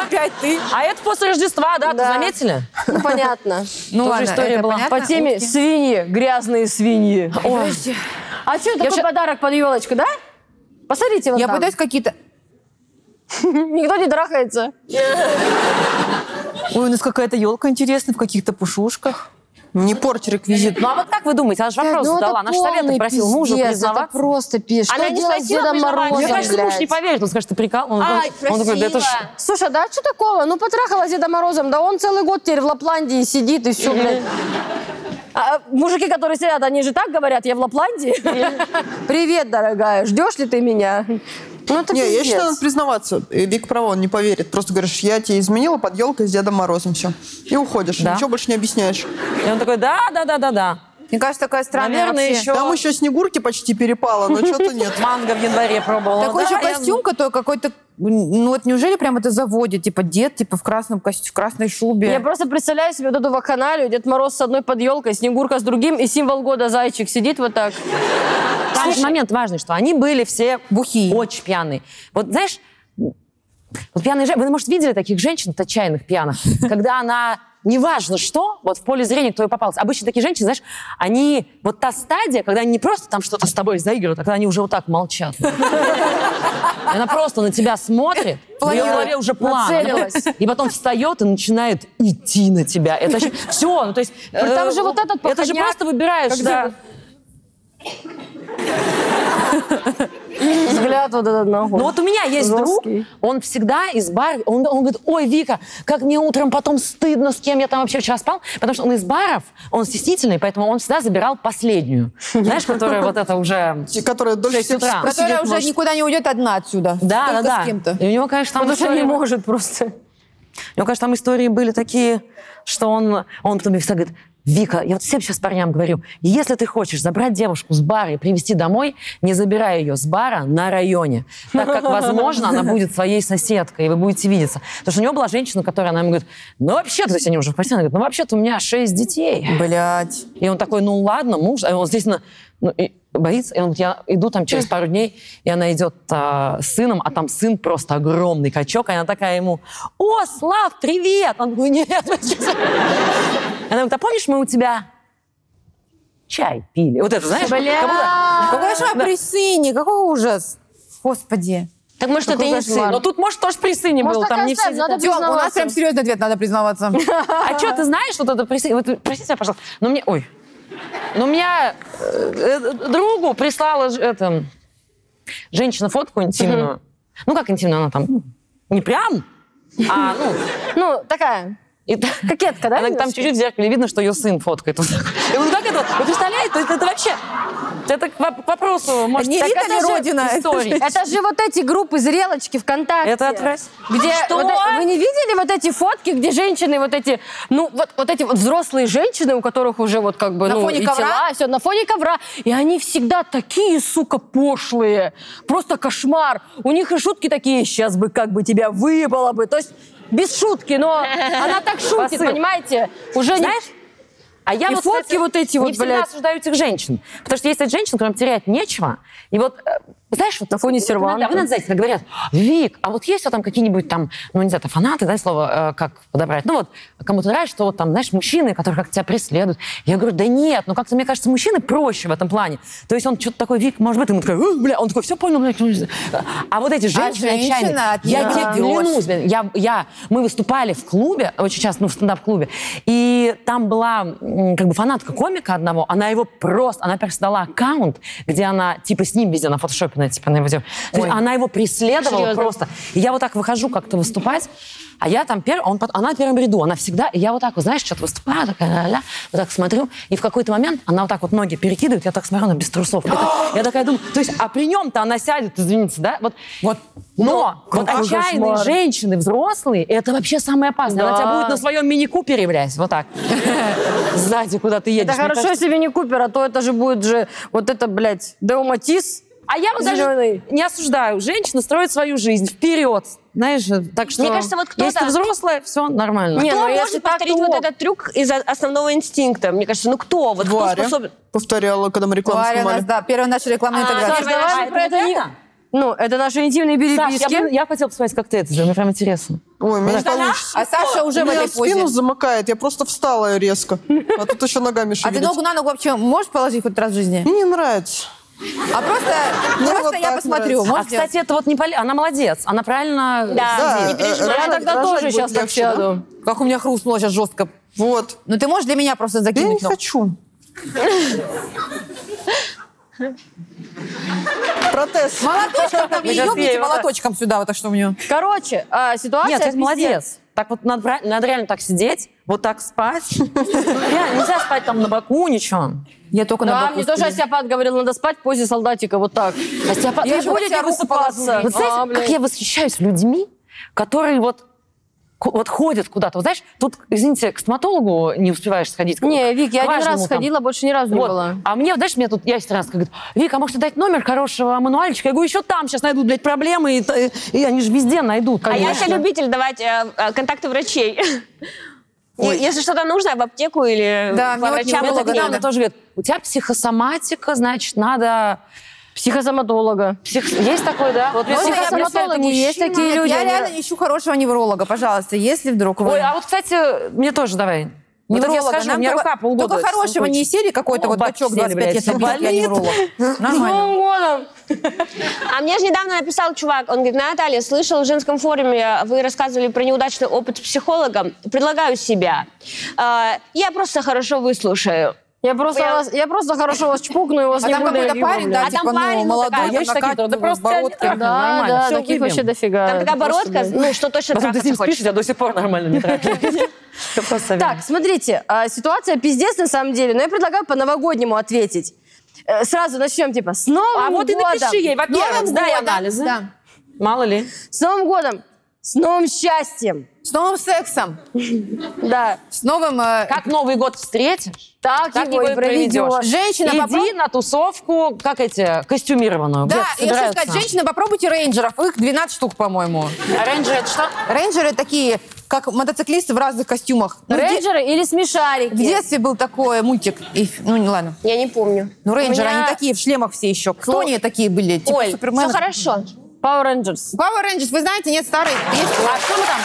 Speaker 1: опять ты. А это после Рождества, да,
Speaker 5: Да.
Speaker 1: ты заметили?
Speaker 5: Ну понятно.
Speaker 2: Ну
Speaker 1: Тоже
Speaker 2: ладно,
Speaker 1: история
Speaker 2: это
Speaker 1: была.
Speaker 2: понятно.
Speaker 5: По теме
Speaker 2: Утки.
Speaker 5: свиньи, грязные свиньи.
Speaker 1: Ой.
Speaker 5: А что такой
Speaker 1: ща-
Speaker 5: подарок под елочку, да? Посмотрите вот
Speaker 2: Я
Speaker 5: там.
Speaker 2: пытаюсь какие-то...
Speaker 5: Никто не трахается.
Speaker 2: Ой, у нас какая-то елка интересная в каких-то пушушках.
Speaker 4: Не порти реквизит.
Speaker 1: Ну а вот как вы думаете? Она же вопрос
Speaker 5: Ну, это
Speaker 1: задала. Наш совет
Speaker 5: полный
Speaker 1: просил мужа
Speaker 5: пиздец, Это
Speaker 1: признаваться.
Speaker 5: просто пишет.
Speaker 6: Она
Speaker 5: Что
Speaker 6: не
Speaker 5: делать с
Speaker 6: спросила,
Speaker 5: Дедом
Speaker 6: признавалась.
Speaker 5: Морозом,
Speaker 1: Мне кажется, муж не
Speaker 5: блядь?
Speaker 1: поверит. Он скажет, ты прикал. Он,
Speaker 6: Ай,
Speaker 1: он такой, да это ж...
Speaker 6: красиво.
Speaker 5: Слушай, да что такого? Ну потрахалась Деда Морозом, да он целый год теперь в Лапландии сидит и все, блядь. А мужики, которые сидят, они же так говорят, я в Лапландии. Привет, дорогая, ждешь ли ты меня? Ну это
Speaker 4: Не, я
Speaker 5: пиздец.
Speaker 4: считаю, надо признаваться. И Вик права, он не поверит. Просто говоришь, я тебе изменила под елкой с Дедом Морозом все. И уходишь,
Speaker 1: Да.
Speaker 4: ничего больше не объясняешь.
Speaker 1: И он такой, да, да, да, да, да.
Speaker 2: Мне кажется, такая странная
Speaker 1: Наверное,
Speaker 2: вообще.
Speaker 1: еще...
Speaker 4: Там еще снегурки почти перепало, но что-то нет.
Speaker 1: Манго в январе пробовала.
Speaker 2: Такой
Speaker 1: Да,
Speaker 2: еще
Speaker 1: я-
Speaker 2: костюм, который какой-то... Ну вот неужели прям это заводит? Типа дед, типа в красном костюме, в красной шубе.
Speaker 5: Я просто представляю себе вот эту вакханалию, Дед Мороз с одной под елкой, Снегурка с другим, и символ года зайчик сидит вот так.
Speaker 1: Там же момент важный, что они были все
Speaker 2: Бухие.
Speaker 1: очень пьяные. Вот знаешь, вот пьяные же- вы, может, видели таких женщин, вот отчаянных пьяных, когда она неважно что, вот в поле зрения кто и попался. Обычно такие женщины, знаешь, они... Вот та стадия, когда они не просто там что-то с тобой заигрывают, а когда они уже вот так молчат. И Она просто на тебя смотрит, в ее
Speaker 2: Планирует.
Speaker 1: голове уже план.
Speaker 5: Нацелилась.
Speaker 1: И потом встает и начинает идти на тебя. Это все, ну то есть... э,
Speaker 5: Там же вот этот
Speaker 1: Это же
Speaker 5: походняк,
Speaker 1: просто выбираешь,
Speaker 5: когда-
Speaker 1: да.
Speaker 5: Взгляд вот этот на
Speaker 1: Ну вот у меня есть
Speaker 5: Жесткий.
Speaker 1: друг, он всегда из бара, он, он говорит, ой, Вика, как мне утром потом стыдно, с кем я там вообще вчера спал, потому что он из баров, он стеснительный, поэтому он всегда забирал последнюю, знаешь, которая вот это уже...
Speaker 4: Те, Которые дольше
Speaker 1: Шесть
Speaker 4: всех
Speaker 1: утра.
Speaker 4: просидеть
Speaker 2: Которая уже
Speaker 4: может.
Speaker 2: никуда не уйдет одна отсюда.
Speaker 1: Да, да,
Speaker 2: Только
Speaker 1: да.
Speaker 2: с кем-то.
Speaker 1: И у него, конечно, там
Speaker 5: Потому что
Speaker 1: истории-
Speaker 5: не может просто.
Speaker 1: у него, конечно, там истории были такие, что он, он потом мне всегда говорит, Вика, я вот всем сейчас парням говорю, если ты хочешь забрать девушку с бара и привезти домой, не забирай ее с бара на районе, так как, возможно, она будет своей соседкой, и вы будете видеться. Потому что у него была женщина, которая, она ему говорит, ну вообще-то, то есть они уже в постели, она говорит, ну вообще-то у меня шесть детей.
Speaker 5: Э,
Speaker 2: Блять.
Speaker 1: И он такой, ну ладно, муж, а он здесь на- ну, и боится, и он говорит, я иду там через пару дней, и она идет а, с сыном, а там сын просто огромный качок, и она такая ему, о, Слав, привет! Он говорит, нет, вы чё?» Она говорит, а помнишь, мы у тебя чай пили? Вот это, знаешь, как будто-
Speaker 2: Какой кошмар при сыне, какой ужас. Господи.
Speaker 6: Так
Speaker 1: Ну,
Speaker 6: может, это
Speaker 2: Какой
Speaker 6: и не
Speaker 2: кошмар.
Speaker 6: сын?
Speaker 1: Но тут, может, тоже при сыне
Speaker 5: Может,
Speaker 1: был,
Speaker 5: так
Speaker 1: там
Speaker 5: и
Speaker 1: не все...
Speaker 5: оставим, надо
Speaker 2: Тём, у нас
Speaker 5: признаваться.
Speaker 2: прям серьезный ответ, надо признаваться.
Speaker 1: А что, ты знаешь, вот это присо- вот, простите меня, пожалуйста, но мне, ой, но меня э, э, другу прислала ж- это, женщина фотку интимную. Ну, как интимную, она там, ну, не прям, а, ну,
Speaker 5: Ну, такая.
Speaker 1: и та-
Speaker 5: Кокетка, да?
Speaker 1: она там чуть-чуть в зеркале видно, что ее сын фоткает. Вот так. Я говорю, как это? Вы представляете, То есть это вообще... Это к воп- к вопросу, может,
Speaker 2: Не
Speaker 1: так
Speaker 2: Рита
Speaker 1: это
Speaker 2: ли
Speaker 1: же
Speaker 2: Родина? Это
Speaker 1: истории.
Speaker 5: Это же вот эти группы зрелочки ВКонтакте.
Speaker 1: Это отвратительно.
Speaker 5: Где
Speaker 1: Что?
Speaker 5: вот э- вы не видели вот эти фотки, где женщины вот эти, ну вот вот эти вот взрослые женщины, у которых уже вот как бы
Speaker 2: На
Speaker 5: ну
Speaker 2: фоне
Speaker 5: и
Speaker 2: ковра?
Speaker 5: тела, все на фоне ковра, и они всегда такие сука пошлые, просто кошмар. У них и шутки такие, сейчас бы как бы тебя выпало бы, то есть без шутки, но она так шутит,
Speaker 1: Посыл.
Speaker 5: понимаете? Уже не-
Speaker 1: Знаешь, А я
Speaker 5: И
Speaker 1: вот,
Speaker 5: фотки
Speaker 1: кстати,
Speaker 5: вот эти вот,
Speaker 1: не всегда
Speaker 5: блядь.
Speaker 1: осуждаю этих женщин. Потому что есть от женщин, которым терять нечего. И вот, э, знаешь, вот
Speaker 5: На фоне
Speaker 1: вот
Speaker 5: серванта.
Speaker 1: иногда- Вы надо, знаете, когда говорят, Вик, а вот есть вот там какие-нибудь там, ну, не знаю, там фанаты, да, слово, э, как подобрать. Ну, вот, кому то нравится, что вот там, знаешь, мужчины, которые как тебя преследуют. Я говорю, да нет, ну, как-то, мне кажется, мужчины проще в этом плане. То есть он что-то такой, Вик, может быть, ему такой, «Э, бля, он такой, все понял, бля. чё-чё». А вот эти женщины
Speaker 2: женщина
Speaker 1: отчаянные,
Speaker 2: от
Speaker 1: я
Speaker 2: них
Speaker 1: тебе
Speaker 2: ждёшь.
Speaker 1: клянусь, блин, я, я, мы выступали в клубе, очень часто, ну, в стендап-клубе, и там была м, как бы фанатка комика одного, она его просто, она первый создала аккаунт, где она, типа, с ним везде на фотошопе, типа, на его деле. То есть она его преследовала
Speaker 6: Серьезно?
Speaker 1: просто. И я вот так выхожу как-то выступать, а я там первый, он, пот- она в первом ряду, она всегда, и я вот так, вот, знаешь, что-то выступаю, такая, ля-ля-ля, вот так смотрю, и в какой-то момент она вот так вот ноги перекидывает, я так смотрю, она без трусов. Я так- Я такая думаю, то есть, а при нем-то она сядет, извините, да? Вот,
Speaker 2: Вот.
Speaker 1: но вот
Speaker 2: Какой
Speaker 1: отчаянные
Speaker 2: кошмар.
Speaker 1: женщины, взрослые, это вообще самое опасное. Она
Speaker 5: Да.
Speaker 1: тебя будет на своем мини-купере, блядь, вот так. Сзади, куда ты едешь.
Speaker 5: Это
Speaker 1: Мне
Speaker 5: хорошо,
Speaker 1: кажется,
Speaker 5: если не Купер, а то это же будет же вот это, блядь, Деоматис.
Speaker 1: А
Speaker 5: Ну,
Speaker 1: я вот даже
Speaker 5: Зелёный.
Speaker 1: не осуждаю. Женщина строит свою жизнь вперед. Знаешь, так что...
Speaker 6: Мне кажется, вот кто-то-
Speaker 1: Если ты взрослая, все нормально.
Speaker 5: Не,
Speaker 6: Кто
Speaker 5: ну, если
Speaker 6: может
Speaker 5: так,
Speaker 6: повторить
Speaker 5: то
Speaker 6: вот
Speaker 5: ок.
Speaker 6: этот трюк из основного инстинкта? Мне кажется, ну кто? Вот кто
Speaker 4: Варя
Speaker 6: способен?
Speaker 4: повторяла, когда мы рекламу
Speaker 2: Варя у
Speaker 4: снимали.
Speaker 2: нас, да, первая наша рекламная
Speaker 5: А,
Speaker 1: Саш,
Speaker 2: интеграция.
Speaker 6: первая
Speaker 1: давай
Speaker 6: наша-
Speaker 1: же
Speaker 5: про это не- Ну, это наши интимные
Speaker 1: Саш,
Speaker 5: переписки.
Speaker 1: я, бы- я хотела посмотреть, как ты это сделал. Мне прям интересно.
Speaker 4: Ой, у меня не получится.
Speaker 2: А Саша уже
Speaker 4: У
Speaker 2: в
Speaker 4: меня
Speaker 2: этой
Speaker 4: спину
Speaker 2: позе.
Speaker 4: замыкает, я просто встала резко. А тут еще ногами
Speaker 2: А ты
Speaker 4: шевелить.
Speaker 2: ногу на ногу вообще можешь положить хоть раз в жизни?
Speaker 4: Мне не нравится.
Speaker 2: А просто,
Speaker 4: Мне
Speaker 2: просто
Speaker 4: вот
Speaker 2: я
Speaker 4: так
Speaker 2: посмотрю.
Speaker 4: нравится.
Speaker 1: а,
Speaker 2: Можешь
Speaker 1: кстати, это вот не... поли- Она молодец. Она правильно...
Speaker 4: Да,
Speaker 6: А, не
Speaker 4: э,
Speaker 6: переживай.
Speaker 4: рожать-
Speaker 5: Я тогда
Speaker 4: рожать
Speaker 5: тоже
Speaker 4: будет
Speaker 5: сейчас так
Speaker 4: легче, да?
Speaker 5: сяду.
Speaker 2: делать? Как у меня хрустнуло сейчас жестко.
Speaker 4: Вот.
Speaker 2: Ну ты можешь для меня просто
Speaker 4: Я не
Speaker 2: закинуть ногу?
Speaker 4: хочу. Протез.
Speaker 2: Молоточком там не
Speaker 1: Сейчас я
Speaker 2: ёбните,
Speaker 1: его-
Speaker 2: молоточком сюда, вот так что у меня.
Speaker 5: Короче, а, ситуация...
Speaker 1: Нет, ты
Speaker 5: пиздец.
Speaker 1: молодец. Так вот надо, бра- надо реально так сидеть, вот так спать. Реально, нельзя спать там на боку, ничего.
Speaker 2: Я только на
Speaker 5: Да,
Speaker 2: боку
Speaker 5: мне тоже
Speaker 2: стрелю.
Speaker 5: Остеопат говорил, надо спать в позе солдатика, вот так. Остеопат,
Speaker 2: Я
Speaker 5: не
Speaker 2: же
Speaker 5: будет
Speaker 2: хотя
Speaker 5: не
Speaker 2: руку
Speaker 5: высыпаться.
Speaker 2: положу.
Speaker 1: Вот знаете,
Speaker 5: А,
Speaker 1: как
Speaker 5: блядь.
Speaker 1: я восхищаюсь людьми, которые вот ку- вот ходят куда-то. Вот знаешь, тут, извините, к стоматологу не успеваешь сходить. к-
Speaker 5: Не, Вик, я
Speaker 1: к
Speaker 5: один раз
Speaker 1: важному там.
Speaker 5: сходила, больше ни разу не
Speaker 1: Вот.
Speaker 5: была.
Speaker 1: А мне, знаешь, мне тут ясен раз говорит, Вика, а может ты дать номер хорошего мануальчика? Я говорю, еще там сейчас найдут, блядь, проблемы, и, т- и они же везде найдут.
Speaker 6: А я
Speaker 1: конечно.
Speaker 6: еще любитель давать э, э, контакты врачей. Е- Если что-то нужно, в аптеку или
Speaker 2: Да, мне
Speaker 6: по
Speaker 2: вот
Speaker 6: врачам.
Speaker 1: Мне
Speaker 2: невролога
Speaker 1: так
Speaker 6: это
Speaker 2: надо.
Speaker 1: недавно
Speaker 6: книга.
Speaker 1: тоже говорят, у тебя психосоматика, значит, надо
Speaker 5: Психосоматолога.
Speaker 1: Псих- Есть такой, да? Вот
Speaker 5: Можно я обращаюсь к
Speaker 1: психосоматологи есть
Speaker 5: мужчинам?
Speaker 1: такие
Speaker 2: Нет,
Speaker 1: люди.
Speaker 2: я
Speaker 1: они-
Speaker 2: реально ищу хорошего невролога, пожалуйста, если вдруг вы...
Speaker 1: Ой, а вот, кстати, мне тоже давай. Вот это я
Speaker 2: невролога.
Speaker 1: скажу, у меня
Speaker 2: только,
Speaker 1: рука полгода.
Speaker 2: Только хорошего, не из серии какой-то
Speaker 1: О,
Speaker 2: вот
Speaker 1: бабки
Speaker 2: бачок
Speaker 1: сели,
Speaker 2: 25 лет
Speaker 1: блядь,
Speaker 2: набил, я
Speaker 1: болит. Ну,
Speaker 2: невролог. Нормально.
Speaker 5: годом.
Speaker 6: А мне же недавно написал чувак, он говорит, Наталья, слышал в женском форуме, вы рассказывали про неудачный опыт с психологом. Предлагаю себя. А, Я просто хорошо выслушаю.
Speaker 5: Я просто,
Speaker 6: Я-
Speaker 5: вас- я просто хорошо вас чпукну и вас
Speaker 2: А
Speaker 5: не
Speaker 2: там
Speaker 5: буду
Speaker 2: какой-то
Speaker 5: я люблю,
Speaker 2: парень, да,
Speaker 5: блядь.
Speaker 6: А там
Speaker 2: типа,
Speaker 6: парень,
Speaker 2: ну,
Speaker 6: ну,
Speaker 2: молодой,
Speaker 6: такая-
Speaker 1: А есть такие, да
Speaker 2: накатывает
Speaker 1: просто
Speaker 2: бородки.
Speaker 1: они-
Speaker 5: Да,
Speaker 1: Нормально,
Speaker 5: да,
Speaker 1: всё
Speaker 5: таких
Speaker 1: выбил.
Speaker 5: вообще дофига.
Speaker 6: Там такая бородка, ну, что
Speaker 2: а
Speaker 6: точно
Speaker 1: Потом ты с
Speaker 6: трахаться
Speaker 1: ним
Speaker 6: хочешь.
Speaker 1: спишь, я до сих пор нормально не трахаюсь. Я просто
Speaker 5: Так, смотрите, а, ситуация пиздец на самом деле, но я предлагаю по-новогоднему ответить. Э, Сразу начнем, типа, с Новым
Speaker 1: А вот и
Speaker 5: годом!
Speaker 1: напиши ей, во-первых,
Speaker 5: Новым
Speaker 1: сдай
Speaker 5: годом!
Speaker 1: анализы.
Speaker 2: Да.
Speaker 1: Мало ли.
Speaker 5: С Новым годом! С новым счастьем!
Speaker 2: С новым сексом,
Speaker 5: Да.
Speaker 2: с новым... э,
Speaker 1: Как Новый год встретишь,
Speaker 5: Так,
Speaker 1: так
Speaker 5: его
Speaker 1: его
Speaker 5: и
Speaker 1: и проведешь.
Speaker 5: проведешь.
Speaker 2: Женщина,
Speaker 1: иди
Speaker 2: попробуй-
Speaker 1: на тусовку, как эти, костюмированную.
Speaker 2: Да,
Speaker 1: где
Speaker 2: я хочу
Speaker 1: собираются.
Speaker 2: сказать, женщина, попробуйте рейнджеров. Их 12 штук, по-моему.
Speaker 1: А рейнджеры это что?
Speaker 2: Рейнджеры такие, как мотоциклисты в разных костюмах. Ну, в де-
Speaker 5: Рейнджеры или смешарики?
Speaker 2: В детстве был такой мультик. И- ну, не ладно.
Speaker 6: Я не помню.
Speaker 2: Ну, рейнджеры,
Speaker 5: меня-
Speaker 2: они такие в шлемах все еще. Кто они такие были? Типа
Speaker 5: Оль,
Speaker 2: Супермена?
Speaker 6: Все хорошо.
Speaker 5: Power Rangers.
Speaker 2: Power Rangers, вы знаете, нет, старый. Есть... А что мы там?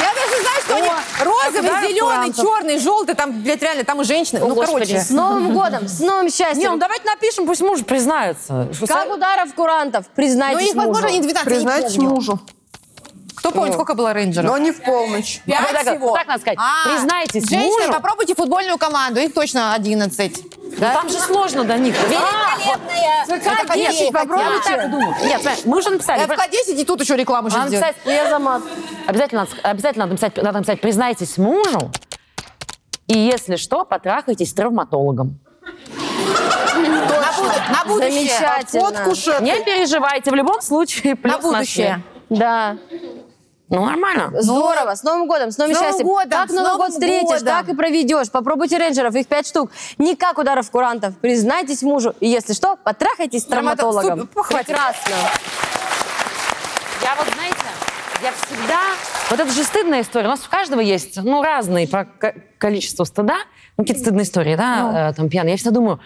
Speaker 2: Я даже знаю, что они розовый,
Speaker 1: а
Speaker 5: Эльдар
Speaker 2: зеленый,
Speaker 5: Курантов.
Speaker 2: черный, желтый. Там, блядь, реально, там и женщины. ну, короче.
Speaker 5: С Новым годом, с новым счастьем.
Speaker 1: Не, ну давайте напишем, пусть муж признается. Что
Speaker 5: Как ударов курантов,
Speaker 2: Ну,
Speaker 5: признайтесь
Speaker 2: их, возможно,
Speaker 5: мужу.
Speaker 2: не 12, я не
Speaker 4: Признайтесь
Speaker 2: помню.
Speaker 4: мужу.
Speaker 2: Кто помнит, сколько было рейнджеров?
Speaker 4: Но не в полночь.
Speaker 2: Пять
Speaker 1: Вот так-
Speaker 2: всего.
Speaker 1: вот так надо сказать. Признайтесь
Speaker 2: женщина,
Speaker 1: мужу.
Speaker 2: попробуйте футбольную команду, их точно 11. Да?
Speaker 1: Там же сложно до них. А,
Speaker 2: Это
Speaker 5: Нет,
Speaker 2: хоккей,
Speaker 5: попробуй
Speaker 2: хоккей.
Speaker 5: так
Speaker 1: думаю. Нет, смотри, мы уже написали.
Speaker 2: Э, ФК-10 и тут еще рекламу сейчас
Speaker 1: Надо
Speaker 2: сделать.
Speaker 1: написать Лезомат. Обязательно, надо ск- обязательно надо написать, надо написать, признайтесь мужу, и если что, потрахайтесь с травматологом.
Speaker 2: На, буду- на будущее.
Speaker 5: Замечательно.
Speaker 4: Под кушеткой.
Speaker 1: Не переживайте, в любом случае
Speaker 2: На
Speaker 1: плюс
Speaker 2: будущее.
Speaker 1: нашли.
Speaker 5: Да.
Speaker 1: Ну, нормально.
Speaker 5: Здорово. С Новым годом, с новым
Speaker 2: С Новым
Speaker 5: счастьем.
Speaker 2: годом,
Speaker 5: как
Speaker 2: с
Speaker 5: Новый
Speaker 2: Новым
Speaker 5: год встретишь,
Speaker 2: годом.
Speaker 5: так и проведешь. Попробуйте рейнджеров, их пять штук. Не как ударов курантов. Признайтесь мужу. И если что, потрахайтесь с
Speaker 2: Травмато-
Speaker 5: травматологом.
Speaker 2: Супер, хватит.
Speaker 5: Прекрасно.
Speaker 1: Я вот, знаете, я всегда... Вот это же стыдная история. У нас у каждого есть, ну, разные по ко- количеству стыда. Ну, какие-то стыдные истории,
Speaker 6: Ну.
Speaker 1: да, э, там, пьяные. Я всегда думаю,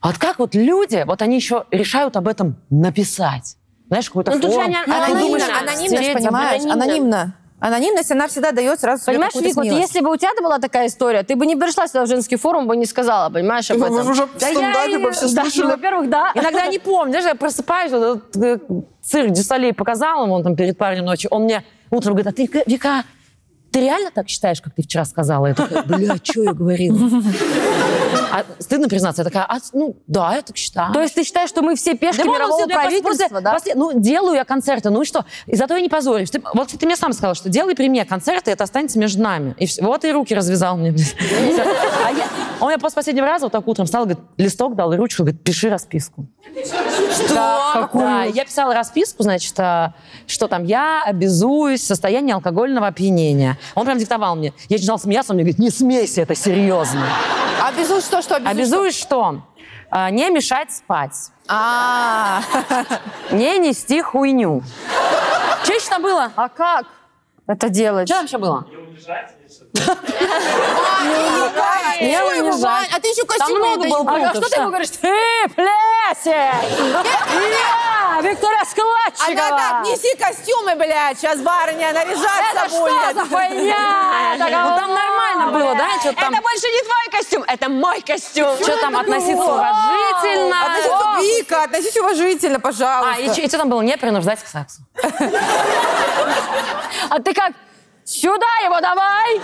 Speaker 1: а вот как вот люди, вот они еще решают об этом написать? Знаешь, какой-то
Speaker 6: Ну, тут же
Speaker 1: форум.
Speaker 6: они
Speaker 2: а
Speaker 1: Ты
Speaker 6: анонимно,
Speaker 1: думаешь,
Speaker 6: анонимно,
Speaker 2: анонимно,
Speaker 1: стереть,
Speaker 2: ж, понимаешь?
Speaker 6: анонимно.
Speaker 2: Анонимно. Анонимность, она всегда дает сразу себе
Speaker 5: Понимаешь,
Speaker 2: какую-то
Speaker 5: Вик, вот
Speaker 2: смелость.
Speaker 5: если бы у тебя была такая история, ты бы не пришла сюда в женский форум, бы не сказала, понимаешь, об
Speaker 4: Вы
Speaker 5: этом.
Speaker 4: уже в стендапе
Speaker 5: и-
Speaker 4: бы все
Speaker 5: да,
Speaker 4: слышали.
Speaker 5: ну, во-первых, да.
Speaker 1: Иногда не помню, знаешь, я просыпаюсь, вот этот э, цирк Дюсалей показал ему, он там перед парнем ночью, он мне утром говорит, а ты, Вика- Вика, ты реально так считаешь, как ты вчера сказала? Я такая, бля, что я говорила? А стыдно признаться, я такая, «А, ну да, я так считаю.
Speaker 5: То есть ты считаешь, что мы все пешки
Speaker 1: Да мало
Speaker 5: мирового
Speaker 1: всего, я просто-
Speaker 5: правительства,
Speaker 1: просто-
Speaker 5: да?
Speaker 1: просто- ну, делаю я концерты, ну и что? И зато я не позорюсь. Ты- вот ты мне сам сказал, что делай при мне концерты, это останется между нами. И всё. вот и руки развязал мне. А я- он мне после последнего раза вот так утром встал, говорит, листок дал и ручку, говорит, пиши расписку. Да, я писала расписку, значит, а, что там я обязуюсь в состоянии алкогольного опьянения. Он прям диктовал мне. Я начинала смеяться, он мне говорит, не смейся, это серьезно.
Speaker 2: А безумие что, что обязуешь?
Speaker 1: Обязуюсь что? А, Не мешать спать.
Speaker 2: А,
Speaker 1: Не нести хуйню. Че еще там было?
Speaker 5: А как это делать?
Speaker 1: Что там еще было?
Speaker 2: не
Speaker 1: унижай.
Speaker 2: унижай. А ты еще
Speaker 1: Там
Speaker 2: костюм
Speaker 1: много было
Speaker 5: А
Speaker 1: пунктов,
Speaker 5: что ты ему говоришь? Ты, Плесень! Я, Виктория
Speaker 1: А,
Speaker 5: Складчикова!
Speaker 2: Она так, неси костюмы, блядь, сейчас барыня наряжаться
Speaker 5: Это что за
Speaker 2: будет.
Speaker 5: хуйня?
Speaker 1: Ну, там нормально было, да? Что там,
Speaker 6: Это больше не твой костюм, это мой костюм.
Speaker 1: чё там относиться уважительно?
Speaker 2: Относитесь, Вика, относись уважительно, пожалуйста.
Speaker 1: А, и что там было? Не принуждать к сексу.
Speaker 5: А ты как? Сюда его давай!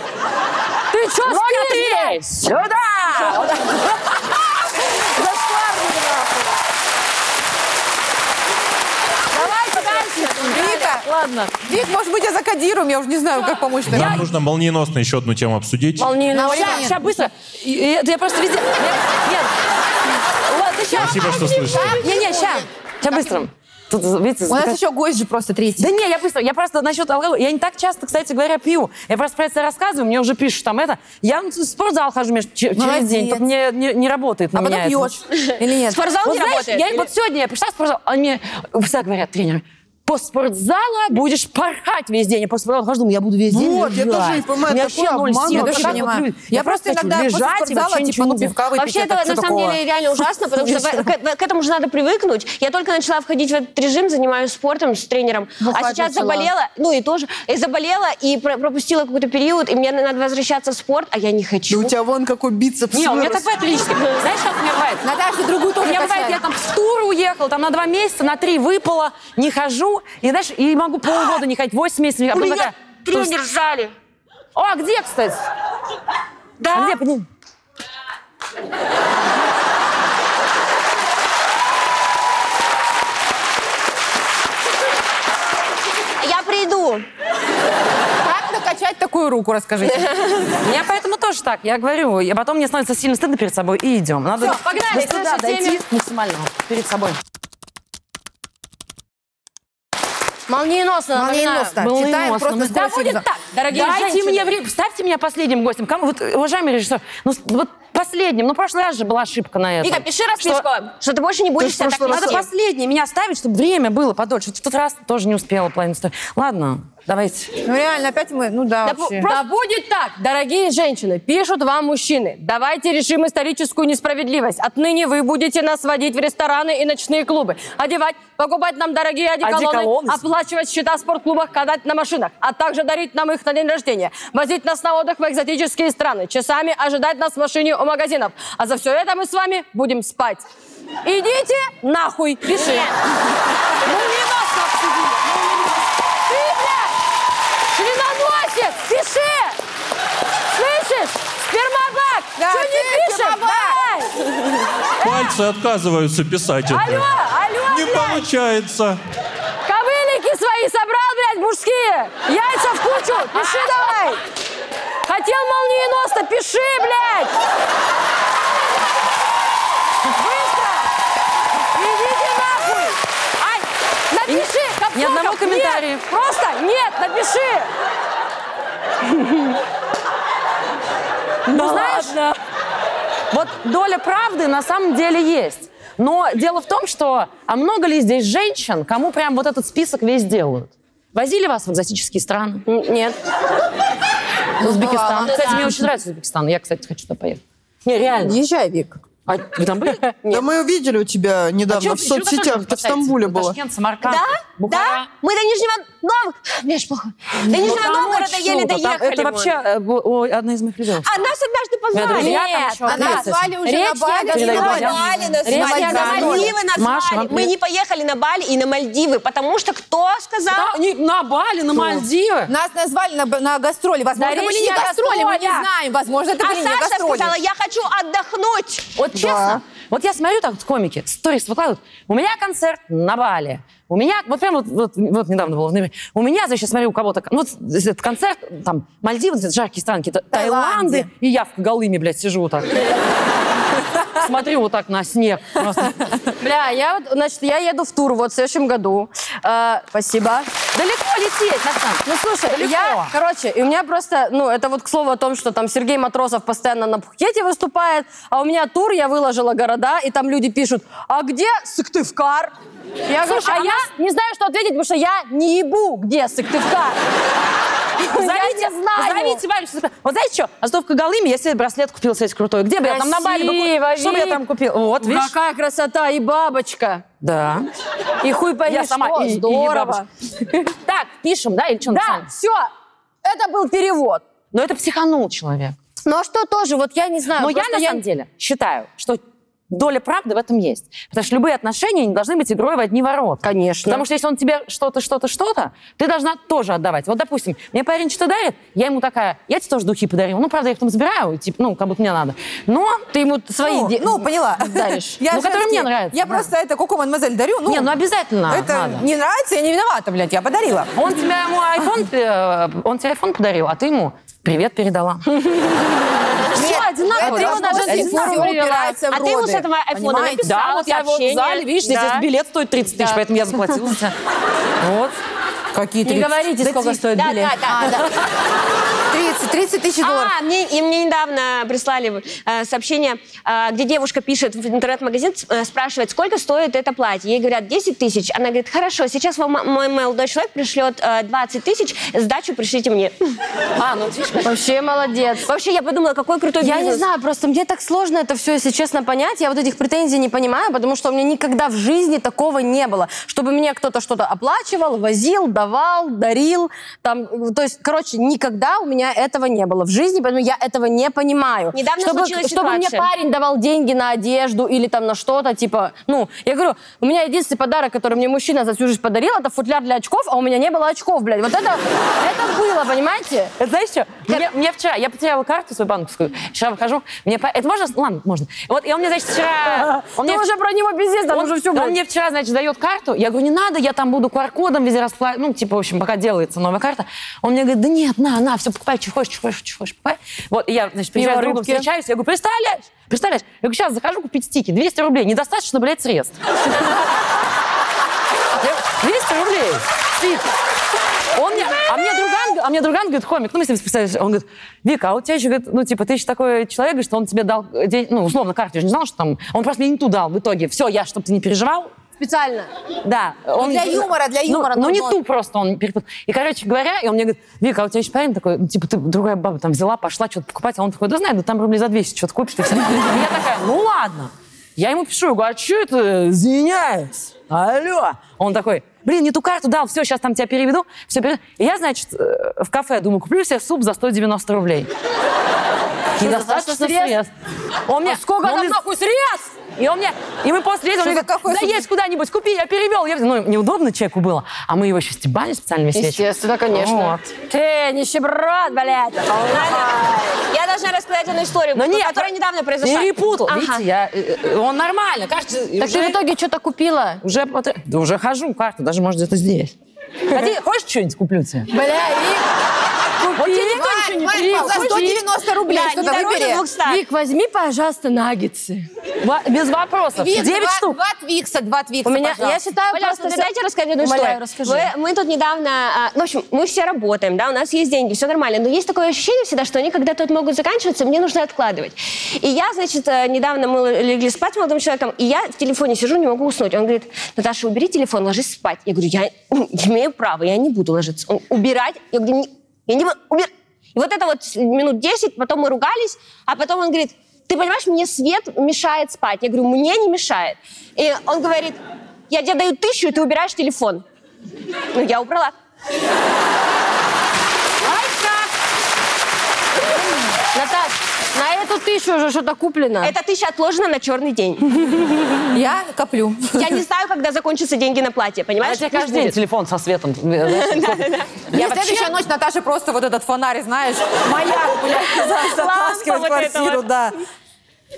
Speaker 5: Ты чё спишь? здесь?
Speaker 1: Сюда!
Speaker 5: Давайте дальше!
Speaker 2: Вика,
Speaker 1: Ладно.
Speaker 2: Вик, может быть, я закодируем, я уже не знаю, как помочь.
Speaker 7: Нам нужно молниеносно еще одну тему обсудить.
Speaker 1: Волнительно.
Speaker 2: Давай,
Speaker 1: Сейчас,
Speaker 2: Таня.
Speaker 1: быстро. И- и это Я просто везде... Я- Нет. Ладно, сейчас.
Speaker 7: Спасибо, что слышите.
Speaker 1: Не, не, сейчас. Сейчас быстро. Тут, видите,
Speaker 2: У нас
Speaker 1: такая-
Speaker 2: еще гость же просто третий.
Speaker 1: Да не, я быстро, я просто насчет алкоголя, я не так часто, кстати говоря, пью. Я просто про это рассказываю, мне уже пишут там это. Я в спортзал хожу между- че- через
Speaker 2: Молодец.
Speaker 1: день, только мне не, не работает на
Speaker 2: А потом
Speaker 1: меня это.
Speaker 2: пьешь. Или нет?
Speaker 6: Спортзал
Speaker 1: Вот
Speaker 6: не
Speaker 1: знаешь,
Speaker 6: работает.
Speaker 1: я
Speaker 6: или-
Speaker 1: вот сегодня я пришла в спортзал, они мне всегда а говорят, тренер, по спортзалу будешь порхать весь день. Я по спортзалу хожу, думаю, я буду весь день
Speaker 4: Вот, я
Speaker 1: лежать.
Speaker 4: тоже не понимаю,
Speaker 1: Мне
Speaker 4: такой
Speaker 1: вообще ноль
Speaker 4: обман,
Speaker 1: сил.
Speaker 4: я
Speaker 1: Вот
Speaker 4: тоже
Speaker 1: так
Speaker 2: не
Speaker 1: вот
Speaker 2: Ну, понимаю.
Speaker 1: люди.
Speaker 2: Я просто
Speaker 1: хочу
Speaker 2: иногда после
Speaker 1: лежать и
Speaker 2: спортзала,
Speaker 1: вообще
Speaker 2: типа,
Speaker 1: ничего
Speaker 2: ну,
Speaker 1: не делать.
Speaker 2: пивка выпить,
Speaker 6: Вообще
Speaker 2: это
Speaker 6: это,
Speaker 2: всё
Speaker 6: на самом
Speaker 2: такого.
Speaker 6: деле реально ужасно, потому что в- к, к этому же надо привыкнуть. Я только начала входить в этот режим, занимаюсь спортом с тренером, а сейчас заболела, ну и тоже, и заболела, и про- пропустила какой-то период, и мне на- надо возвращаться в спорт, а я не
Speaker 4: Да
Speaker 6: хочу.
Speaker 4: у тебя вон какой бицепс
Speaker 1: Не, у меня
Speaker 4: вырос.
Speaker 1: так бывает лично. Знаешь, как у меня бывает?
Speaker 2: Наташа, другую
Speaker 1: У
Speaker 2: тоже
Speaker 1: меня бывает,
Speaker 2: качает.
Speaker 1: я там в тур уехала, там на два месяца, на три выпала, не хожу, и знаешь, и могу полгода не ходить, восемь месяцев. а У меня тренер в зале. О, а где, кстати? Да. где, Ну, подними.
Speaker 6: А Я приду.
Speaker 2: Как накачать такую руку, расскажите.
Speaker 1: У меня поэтому тоже так. Я говорю, я потом мне становится сильно стыдно перед собой, и идем. Надо
Speaker 5: Всё, погнали,
Speaker 1: до стыда
Speaker 5: к следующей
Speaker 1: дойти
Speaker 5: теме.
Speaker 1: максимально перед собой.
Speaker 5: Молниеносно, напоминаю.
Speaker 2: Молниеносно.
Speaker 1: Было
Speaker 2: Читаем
Speaker 1: носно.
Speaker 2: просто
Speaker 1: Мы-
Speaker 2: с
Speaker 1: Да
Speaker 2: кофе
Speaker 1: будет
Speaker 2: за-
Speaker 1: так, дорогие
Speaker 5: Дайте
Speaker 1: женщины.
Speaker 5: мне
Speaker 1: время. Ставьте меня последним гостем. Кому вот, уважаемый режиссер, ну с- вот последним. Ну, в прошлый раз же была ошибка на этом.
Speaker 6: Вика, пиши расписку, что, ты больше не будешь себя так
Speaker 1: а Надо
Speaker 6: вести.
Speaker 1: последний меня ставить, чтобы время было подольше. В тот раз тоже не успела половину ставить. Ладно, давайте.
Speaker 2: Ну реально, опять мы, ну да,
Speaker 5: Да,
Speaker 2: вообще.
Speaker 5: про- да будет так, дорогие женщины, пишут вам мужчины. Давайте решим историческую несправедливость. Отныне вы будете нас водить в рестораны и ночные клубы. Одевать, покупать нам дорогие одеколоны,
Speaker 1: Одеколоны.
Speaker 5: оплачивать счета в спортклубах, катать на машинах, а также дарить нам их на день рождения. Возить нас на отдых в экзотические страны, часами ожидать нас в машине у магазинов. А за все это мы с вами будем спать. Идите нахуй, пиши. Молниеносно обсудили. Молниеносно. Ты, блядь! Членоносец, пиши! Слышишь? Спермобак!
Speaker 2: Да,
Speaker 5: Что не
Speaker 2: ты
Speaker 5: пишешь?
Speaker 2: спермобак!
Speaker 5: Давай!
Speaker 7: Пальцы отказываются писать
Speaker 5: Алло,
Speaker 7: это.
Speaker 5: алло,
Speaker 7: Не
Speaker 5: блядь!
Speaker 7: получается.
Speaker 5: Ковылики свои собрал, блядь, мужские! Яйца в кучу! Пиши давай! Хотел молниеносно, пиши, блядь! Быстро! Идите нахуй! Ай, напиши!
Speaker 1: ни
Speaker 5: Капсулка,
Speaker 1: одного
Speaker 5: нет!
Speaker 1: комментария.
Speaker 5: Просто нет, напиши!
Speaker 1: Ну, знаешь, вот доля правды на самом деле есть. Но дело в том, что а много ли здесь женщин, кому прям вот этот список весь делают? Возили вас в экзотические страны?
Speaker 5: Н- Нет.
Speaker 2: А,
Speaker 1: Узбекистан. Кстати, мне очень нравится Узбекистан. Я, кстати, хочу туда поехать. Не, реально.
Speaker 2: Езжай, Вик.
Speaker 1: А вы там были?
Speaker 4: Да мы увидели у тебя недавно в соцсетях, ты в Стамбуле была.
Speaker 1: Ташкент, Самарканд,
Speaker 6: Да?
Speaker 1: А, Бухара.
Speaker 6: Да? Мы до Нижнего Новгорода... Блядь, плохо. До Нижнего
Speaker 1: Ну, там
Speaker 6: Новгорода
Speaker 1: очень
Speaker 6: еле
Speaker 1: круто. Там-
Speaker 6: доехали.
Speaker 1: Это
Speaker 6: мы.
Speaker 1: вообще э, бо- ой, одна из моих любимых.
Speaker 6: А нас однажды позвали. а
Speaker 1: друзья там
Speaker 5: Нет,
Speaker 1: еще
Speaker 5: она
Speaker 1: одна.
Speaker 2: Нас звали уже
Speaker 5: Речь не
Speaker 2: на Бали,
Speaker 5: говорила,
Speaker 2: на
Speaker 1: Вадя.
Speaker 2: Бали нас
Speaker 1: Речь не
Speaker 2: звали.
Speaker 6: Маша, на
Speaker 1: говорила.
Speaker 6: Мальдивы нас
Speaker 1: Маша,
Speaker 6: звали.
Speaker 1: вам
Speaker 6: Мы
Speaker 1: привет.
Speaker 6: не поехали на Бали и на Мальдивы, потому что кто сказал?
Speaker 1: Да, не- на Бали, на Мальдивы.
Speaker 2: Нас назвали на, на гастроли. Возможно,
Speaker 5: Да
Speaker 2: это были
Speaker 5: речь
Speaker 2: не
Speaker 5: не о
Speaker 2: гастроли, мы не
Speaker 5: гастролях.
Speaker 2: знаем. Возможно, это
Speaker 6: а
Speaker 2: были не
Speaker 6: Саша
Speaker 2: гастроли.
Speaker 6: сказала, я хочу отдохнуть.
Speaker 1: Вот
Speaker 4: Ну,
Speaker 1: честно, вот я смотрю так вот комики, сторис выкладывают. У меня концерт на Бали. У меня, вот прям вот, вот, вот недавно было в ноябре. У меня, значит, смотрю, у кого-то, ну, вот этот концерт, там, Мальдивы, значит, жаркие страны, какие-то
Speaker 2: Таиланде.
Speaker 1: Таиланды. И я в Галыме, блядь, сижу вот так. Смотрю вот так на снег. Просто.
Speaker 5: Бля, я вот, значит, я еду в тур вот в следующем году. Э, спасибо.
Speaker 1: Далеко лететь, на самом
Speaker 5: Ну, слушай,
Speaker 1: Далеко.
Speaker 5: я, короче, и у меня просто, ну, это вот к слову о том, что там Сергей Матросов постоянно на Пхукете выступает, а у меня тур, я выложила города, и там люди пишут, а где Сыктывкар? Я говорю, а, я не знаю, что ответить, потому что я не ебу, где Сыктывкар. я не знаю.
Speaker 1: Зовите Варю, что такое. Вот знаете что? Остановка Галыми, я себе браслет купила, кстати, крутой. Где бы я там на Бали бы
Speaker 5: Красиво,
Speaker 1: купила? Что бы я
Speaker 5: Вик.
Speaker 1: там купила? Вот, видишь?
Speaker 5: Какая красота, и бабочка,
Speaker 1: Да.
Speaker 5: и хуй пойми
Speaker 1: Я сама
Speaker 5: что,
Speaker 1: и- и не
Speaker 5: здорово.
Speaker 1: Ну Так, пишем, да, или что?
Speaker 5: да, все, это был перевод.
Speaker 1: Но это психанул человек.
Speaker 5: Ну а что тоже, вот я не знаю.
Speaker 1: Но я
Speaker 5: А, просто
Speaker 1: на самом деле считаю, что доля правды в этом есть. Потому что любые отношения не должны быть игрой в одни ворота.
Speaker 5: Конечно.
Speaker 1: Потому что если он тебе что-то, что-то, что-то, ты должна тоже отдавать. Вот, допустим, мне парень что-то дарит, я ему такая, я тебе тоже духи подарю. Ну, правда, я их там забираю, типа, ну, как будто мне надо. Но
Speaker 5: Ты ему свои...
Speaker 2: Ну,
Speaker 5: де-
Speaker 2: ну, поняла.
Speaker 1: Даришь. Ну, который
Speaker 2: женский.
Speaker 1: мне нравится,
Speaker 2: Я
Speaker 1: да.
Speaker 2: просто это Коко Мадемуазель дарю. Ну,
Speaker 1: не, ну обязательно
Speaker 2: это
Speaker 1: надо.
Speaker 2: не нравится, я не виновата, блядь, я подарила.
Speaker 1: Он тебе ему айфон, э, он тебе айфон подарил, а ты ему привет передала.
Speaker 6: Ну,
Speaker 2: Все
Speaker 1: одинаково,
Speaker 2: Это
Speaker 1: да,
Speaker 2: его
Speaker 1: можно
Speaker 2: даже
Speaker 1: одинаково
Speaker 2: все
Speaker 1: привела.
Speaker 2: упирается в
Speaker 6: А ты ему
Speaker 2: роды.
Speaker 6: с этого айфона
Speaker 2: Понимаете?
Speaker 6: написала
Speaker 1: Да, вот я вот в
Speaker 6: сообщение.
Speaker 1: зале, видишь, здесь
Speaker 6: Да.
Speaker 1: этот билет стоит 30 тысяч, поэтому я заплатила. за тебя. Вот.
Speaker 2: Какие
Speaker 5: Не говорите, сколько стоит билет.
Speaker 6: да, да, да.
Speaker 2: Три 30, 30 тысяч долларов.
Speaker 6: А, мне, и мне недавно прислали э, сообщение, э, где девушка пишет в интернет-магазин, э, спрашивает, сколько стоит это платье. Ей говорят, 10 тысяч. Она говорит, хорошо, сейчас вам м- мой молодой человек пришлет э, 20 тысяч, сдачу пришлите мне.
Speaker 5: А, ну видишь, вообще молодец.
Speaker 6: Вообще, я подумала, какой крутой
Speaker 5: Я не
Speaker 6: бизнес.
Speaker 5: знаю, просто мне так сложно это все, если честно, понять. Я вот этих претензий не понимаю, потому что у меня никогда в жизни такого не было. Чтобы мне кто-то что-то оплачивал, возил, давал, дарил. Там, э, то есть, короче, никогда у меня этого не было в жизни, поэтому я этого не понимаю.
Speaker 6: Недавно
Speaker 5: чтобы,
Speaker 6: случилась
Speaker 5: Чтобы мне
Speaker 6: ситуация.
Speaker 5: парень давал деньги на одежду или там на что-то, типа, ну, я говорю, у меня единственный подарок, который мне мужчина за всю жизнь подарил, это футляр для очков, а у меня не было очков, блядь. Вот это, это было, понимаете?
Speaker 1: Это знаешь что? Мне, мне вчера, я потеряла карту свою банковскую, вчера выхожу, мне... по- Это можно? Ладно, можно. Вот, и он мне, значит, вчера... Он мне
Speaker 5: Ты уже про него пиздец, там
Speaker 1: он,
Speaker 5: уже все
Speaker 1: он мне вчера, значит, дает карту. Я говорю, не надо, я там буду QR-кодом везде расплачивать. Ну, типа, в общем, пока делается новая карта. Он мне говорит, да нет, на, на, все, покупай, что хочешь, что хочешь, что хочешь, покупай. Вот, и я, значит, приезжаю с другом,
Speaker 5: Белорусские.
Speaker 1: встречаюсь, я говорю, представляешь, представляешь? Я говорю, сейчас захожу купить стики, 200 рублей, недостаточно, блядь, средств. Я- 200 рублей, стики. Он мне, а мне друган, г- а мне друган говорит, хомик, ну, мы с ним списались, он говорит, Вика, а у тебя еще, говорит, ну, типа, ты еще такой человек, говорит, что он тебе дал, э, день, ну, условно, карту, я же не знал, что там, он просто мне не ту дал в итоге. Все, я, чтобы ты не переживал,
Speaker 5: Специально.
Speaker 1: да. Он,
Speaker 2: для юмора, для
Speaker 1: Ну,
Speaker 2: юмора,
Speaker 1: Ну,
Speaker 2: ну,
Speaker 1: не
Speaker 2: вот.
Speaker 1: ту просто он перепутал. И, короче говоря, и он мне говорит, Вика, а у тебя еще парень такой, ну, типа, ты другая баба там взяла, пошла что-то покупать, а он такой, да знаю, да там рублей за 200 что-то купишь. ты всё». И я такая, ну ладно. Я ему пишу, я говорю, а что это, извиняюсь, алло. Он такой, блин, не ту карту дал, все, сейчас там тебя переведу. Все, переведу. И я, значит, э, в кафе, думаю, куплю себе суп за 190 рублей. Недостаточно
Speaker 5: средств?
Speaker 1: средств. Он
Speaker 2: А
Speaker 1: мне, ну,
Speaker 5: Сколько
Speaker 1: он
Speaker 5: там
Speaker 1: из-
Speaker 5: нахуй средств?
Speaker 1: и он мне, и мы после этого, он мне
Speaker 2: за
Speaker 1: говорит,
Speaker 2: какой
Speaker 1: да
Speaker 2: суп?
Speaker 1: есть куда-нибудь, купи, я перевел. Я... Ну, неудобно человеку было. А мы его еще стебали специальными свечками.
Speaker 5: Естественно, конечно. А Ты нищеброд, блядь.
Speaker 6: Я должна рассказать одну
Speaker 5: Ну,
Speaker 6: историю,
Speaker 1: Но нет,
Speaker 6: которая недавно произошла.
Speaker 1: Перепутал,
Speaker 6: Ага.
Speaker 1: видите, я, э, э, он нормально, кажется,
Speaker 5: Так
Speaker 1: уже,
Speaker 5: ты в итоге что-то купила?
Speaker 1: уже, потр- да уже хожу, карта, даже может где-то здесь. Ходи, хочешь что-нибудь куплю тебе?
Speaker 5: Бля, Вик,
Speaker 1: Вот тебе никто ничего не
Speaker 2: Вань,
Speaker 1: купил.
Speaker 2: за 190 рублей
Speaker 6: Да, не
Speaker 2: что-то
Speaker 6: дороже
Speaker 2: выбери.
Speaker 6: 200.
Speaker 5: Вик, возьми, пожалуйста, наггетсы.
Speaker 1: Ва- Без вопросов.
Speaker 2: Вик,
Speaker 1: Девять
Speaker 2: два,
Speaker 1: штук.
Speaker 2: два твикса, два твикса,
Speaker 5: У меня, я
Speaker 2: пожалуйста.
Speaker 5: считаю,
Speaker 6: Пожалуйста,
Speaker 5: просто...
Speaker 6: да дайте рассказать одну историю.
Speaker 5: Умоляю, расскажи.
Speaker 6: Вы- мы тут недавно, а, ну, в общем, мы все работаем, да, у нас есть деньги, все нормально, но есть такое ощущение всегда, что они когда-то вот могут заканчиваться, мне нужно откладывать. И я, значит, э, недавно мы легли спать с молодым человеком, и я в телефоне сижу, не могу уснуть. Он говорит, Наташа, убери телефон, ложись спать. Я говорю, я не имею права, я не буду ложиться. Он, убирать? Я говорю, «Не- я не буду, убирать. И вот это вот с- минут 10, потом мы ругались, а потом он говорит, ты понимаешь, мне свет мешает спать. Я говорю, мне не мешает. И он говорит, я тебе даю тысячу, и ты убираешь телефон. Ну, я убрала.
Speaker 5: Наташ, на эту тысячу уже что-то куплено.
Speaker 6: Эта тысяча отложена на черный день.
Speaker 2: Я коплю.
Speaker 6: Я не знаю, когда закончатся деньги на платье,
Speaker 1: А
Speaker 6: понимаешь?
Speaker 1: тебе каждый день телефон со светом. э, знаешь,
Speaker 2: Я следующая ночь Наташа просто вот этот фонарь, знаешь, маяк, блядь, за- затаскивает
Speaker 6: вот эта
Speaker 2: квартиру,
Speaker 6: вот.
Speaker 2: да.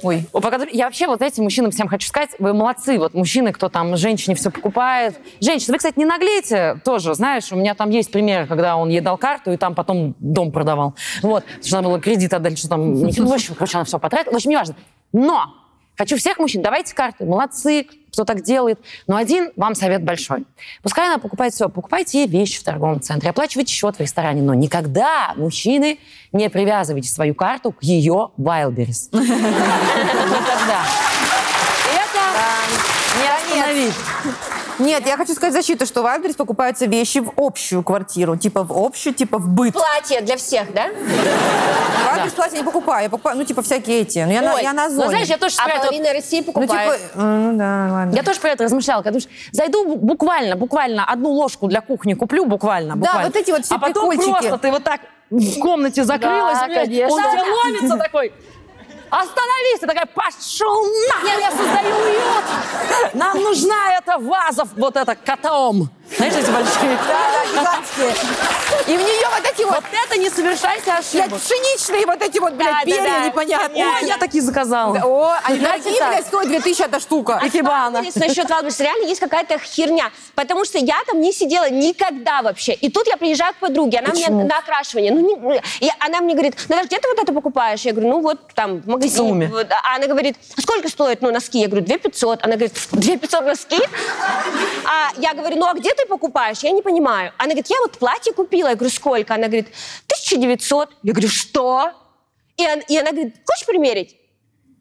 Speaker 2: Ой.
Speaker 1: Вот пока- Я вообще вот этим мужчинам всем хочу сказать, вы молодцы, вот мужчины, кто там женщине все покупает. Женщины, вы, кстати, не наглейте тоже, знаешь, у меня там есть пример, когда он ей дал карту и там потом дом продавал. Вот, потому что надо было кредит отдать, что там, ну, в общем, короче, она все потратила, в общем, неважно. Но хочу всех мужчин, давайте карты, молодцы, кто так делает. Но один вам совет большой. Пускай она покупает все. Покупайте ей вещи в торговом центре, оплачивайте счет в ресторане, но никогда, мужчины, не привязывайте свою карту к ее Wildberries. Никогда. Это не остановить.
Speaker 2: Нет, я хочу сказать защиту, что в Альберс покупаются вещи в общую квартиру. Типа в общую, типа в быт.
Speaker 6: Платье для всех, да?
Speaker 2: В Альберс платья не покупаю. Я покупаю, ну, типа всякие эти. Ну, я, на,
Speaker 6: Ой,
Speaker 2: я на
Speaker 1: Ну,
Speaker 2: зоне.
Speaker 1: знаешь, я тоже
Speaker 6: А
Speaker 1: про это-
Speaker 6: половина России
Speaker 2: ну, типа,
Speaker 6: покупает.
Speaker 2: м, ну, да, ладно.
Speaker 1: Я тоже про это размышляла. Когда уж зайду бу- буквально, буквально одну ложку для кухни куплю, буквально,
Speaker 2: Да,
Speaker 1: буквально.
Speaker 2: вот эти вот все
Speaker 1: А потом
Speaker 2: прикольчики.
Speaker 1: просто ты вот так в комнате закрылась,
Speaker 5: Да,
Speaker 1: блядь,
Speaker 5: конечно.
Speaker 1: он тебя ломится такой. Остановись! Ты такая, пошел нахер, я создаю уют! Нам нужна эта ваза, вот эта, катаом. Знаешь, эти большие?
Speaker 2: Да, да, гигантские. И в нее вот эти вот,
Speaker 1: Вот это не совершайте
Speaker 2: блядь,
Speaker 1: ошибок.
Speaker 2: пшеничные вот эти вот, блядь, перья непонятные.
Speaker 1: Ой, я такие заказала.
Speaker 2: О, они А
Speaker 5: Значит
Speaker 2: дорогие,
Speaker 5: так.
Speaker 2: блядь, стоят 2000 эта штука.
Speaker 1: Икебана.
Speaker 6: Есть Насчет Валберс реально есть какая-то херня. Потому что я там не сидела никогда вообще. И тут я приезжаю к подруге, она мне на окрашивание. Ну, не- и она мне говорит, Наташа, где ты вот это покупаешь? Я говорю, ну вот там в магазине.
Speaker 1: Сумме.
Speaker 6: Вот. А она говорит, «А сколько стоит ну, носки? Я говорю, 2 500. Она говорит, 2 500 носки? А я говорю, ну а где ты покупаешь? Я не понимаю. Она говорит, я вот платье купила. Я говорю, сколько? Она говорит, 1900. Я говорю, что? И он- и она говорит, хочешь примерить?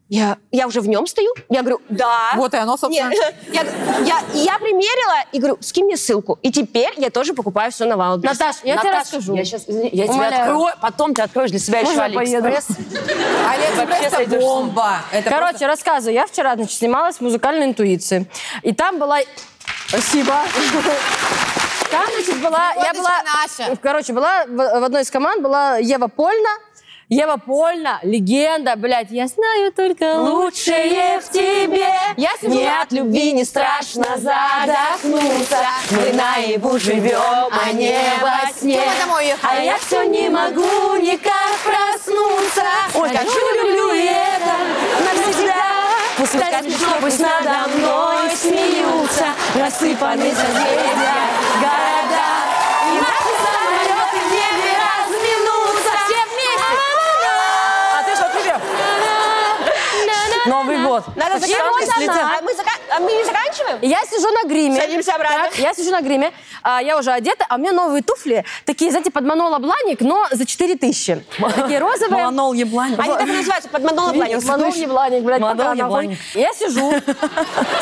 Speaker 6: Я, я уже в нем стою? Я говорю, да.
Speaker 2: Вот и оно, собственно.
Speaker 6: Не, я, я, и я примерила и говорю, скинь мне ссылку. И теперь я тоже покупаю все на Валберес.
Speaker 5: Наташ, я тебе
Speaker 1: Наташа,
Speaker 5: расскажу.
Speaker 1: Я сейчас, я тебе
Speaker 5: Умоляю.
Speaker 1: открою, потом ты откроешь для себя еще
Speaker 5: Можно я поеду?
Speaker 1: Алиэкспресс.
Speaker 2: Алиэкспресс это
Speaker 1: сойдешь с ума.
Speaker 2: бомба. Это
Speaker 5: Короче, рассказываю. Я вчера, значит, снималась в музыкальной интуиции. И там была... Спасибо. Там, значит, была... Я
Speaker 2: Сегодня
Speaker 5: была...
Speaker 2: наша.
Speaker 5: Короче, была в в одной из команд была Ева Польна. Ева Польна, легенда, блядь, я знаю только лучшее в тебе. Я
Speaker 1: Не
Speaker 5: сидела-
Speaker 1: от любви не страшно задохнуться. Мы наяву живем, а не во сне.
Speaker 2: Дома домой уехала.
Speaker 1: А я все не могу никак проснуться. Ой, как же люблю и это навсегда. Пускай смешно, пусть надо мной смеются Рассыпаны созвездия, города И наши самолеты в небе разминутся Все вместе! А ты что, припев? Новый год.
Speaker 6: Надо
Speaker 1: Почему
Speaker 6: заканчивать.
Speaker 1: это она?
Speaker 6: А мы, зака- а мы не заканчиваем?
Speaker 5: Я сижу на гриме.
Speaker 6: Садимся обратно.
Speaker 5: Так, я сижу на гриме, а, я уже одета, а у меня новые туфли, такие, знаете, под Маноло Бланик, но за 4000. Такие розовые.
Speaker 1: Манол Еблань.
Speaker 6: Они так и называются, под Манола Бланник.
Speaker 5: Манол Ебланик, блядь,
Speaker 1: Манол
Speaker 5: пока нахуй.
Speaker 1: Ебланик.
Speaker 5: Я сижу,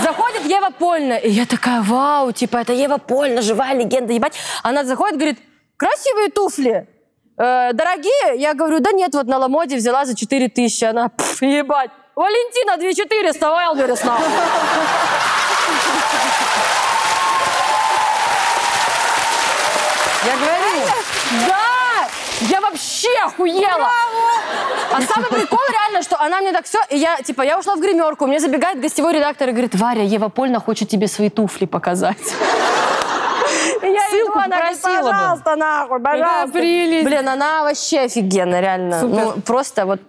Speaker 5: заходит Ева Польна, и я такая, вау, типа, это Ева Польна, живая легенда, ебать. Она заходит, говорит, красивые туфли, Э, дорогие? Я говорю, да нет, вот на Ламоде взяла за 4 тысячи. Она, «Пф, ебать, Валентина 2400, Вайлдберрис, нахуй.
Speaker 1: Я говорю.
Speaker 5: Да! Я вообще охуела! А самый прикол реально, что она мне так все, и я, типа, я ушла в гримерку, мне забегает гостевой редактор и говорит, Варя, Ева Польна хочет тебе свои туфли показать. И Я иду,
Speaker 1: Ссылку
Speaker 5: она говорит,
Speaker 1: попросила бы.
Speaker 5: пожалуйста, нахуй, пожалуйста. Блин, она вообще офигенная, реально. Ну, просто вот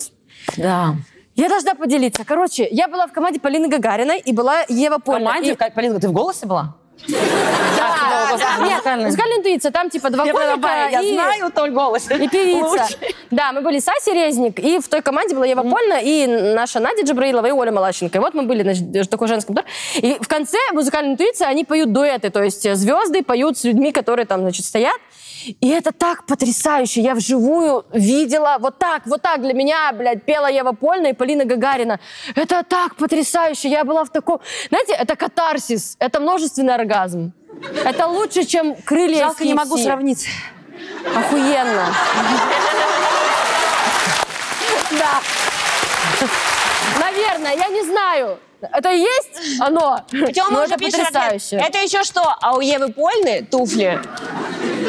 Speaker 1: Да.
Speaker 5: я должна поделиться. Короче, я была в команде Полины Гагариной и была Ева
Speaker 1: В
Speaker 5: Польна.
Speaker 1: команде,
Speaker 5: И-
Speaker 1: как, Полина, ты в голосе была?
Speaker 5: Да,
Speaker 1: ну,
Speaker 5: да, нет,
Speaker 1: музыкальная.
Speaker 5: музыкальная интуиция, там типа два комика и-
Speaker 1: твой голос.
Speaker 5: И певица. Да, мы были Саси Резник, и в той команде была Ева Польна, и наша Надя Джабраилова, и Оля Малащенко. И вот мы были, значит, в такой женский тур. И в конце музыкальной интуиции они поют дуэты, то есть э, звезды поют с людьми, которые там, значит, стоят. И это так потрясающе. Я вживую видела вот так, вот так для меня, блядь, пела Ева Польна и Полина Гагарина. Это так потрясающе. Я была в таком... Знаете, это катарсис, это множественный оргазм. Это лучше, чем крылья
Speaker 1: Жалко, не могу
Speaker 5: SFC.
Speaker 1: сравнить.
Speaker 5: Охуенно. Да. Наверное, я не знаю. Это и есть оно? Но
Speaker 6: Тёма уже
Speaker 5: Ну, это
Speaker 6: пишет ответ.
Speaker 5: потрясающе.
Speaker 6: Это еще что? А у Евы Польны туфли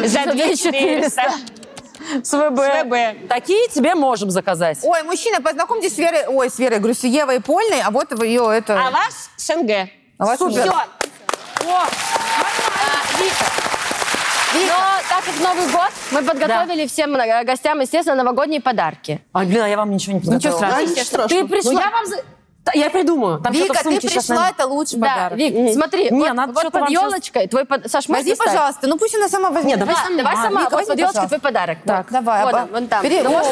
Speaker 6: за 2400.
Speaker 1: С ВБ.
Speaker 6: ВБ.
Speaker 1: Такие тебе можем заказать.
Speaker 2: Ой, мужчина, познакомьтесь с Верой, ой, с Верой, говорю, с Евой Польной, а вот ее
Speaker 6: А
Speaker 2: это...
Speaker 6: вас СНГ.
Speaker 2: А вас
Speaker 6: Супер.
Speaker 2: СНГ.
Speaker 6: Все.
Speaker 5: Но так как Новый год, мы подготовили всем э, гостям, естественно, новогодничьи подарки.
Speaker 1: А, блин, а я вам ничего не
Speaker 2: Ничего
Speaker 1: подготовила.
Speaker 2: страшного.
Speaker 6: Естественно.
Speaker 5: Ты
Speaker 4: Ну,
Speaker 5: пришла...
Speaker 1: я вам Та- Я придумаю. Там
Speaker 2: Вика,
Speaker 1: что-то в
Speaker 2: ты
Speaker 1: сумке щас
Speaker 2: пришла,
Speaker 1: найду.
Speaker 2: это лучший
Speaker 5: Да,
Speaker 2: подарок.
Speaker 5: Вик, смотри,
Speaker 1: Не,
Speaker 5: вот,
Speaker 1: надо
Speaker 5: вот
Speaker 1: что-то
Speaker 5: под
Speaker 1: вам щас-
Speaker 5: елочкой твой... под- Саш, можешь
Speaker 2: Возьми,
Speaker 5: достать?
Speaker 2: пожалуйста, ну пусть она сама возьмет.
Speaker 1: Не, давай
Speaker 5: Да,
Speaker 1: сама.
Speaker 5: давай сама.
Speaker 2: Вика,
Speaker 5: вот
Speaker 2: возьми,
Speaker 5: под елочкой
Speaker 2: пожалуйста.
Speaker 5: твой подарок.
Speaker 2: Так, давай,
Speaker 5: Вот
Speaker 2: оба-
Speaker 5: он, вон там.
Speaker 2: бери.
Speaker 5: Ну, может,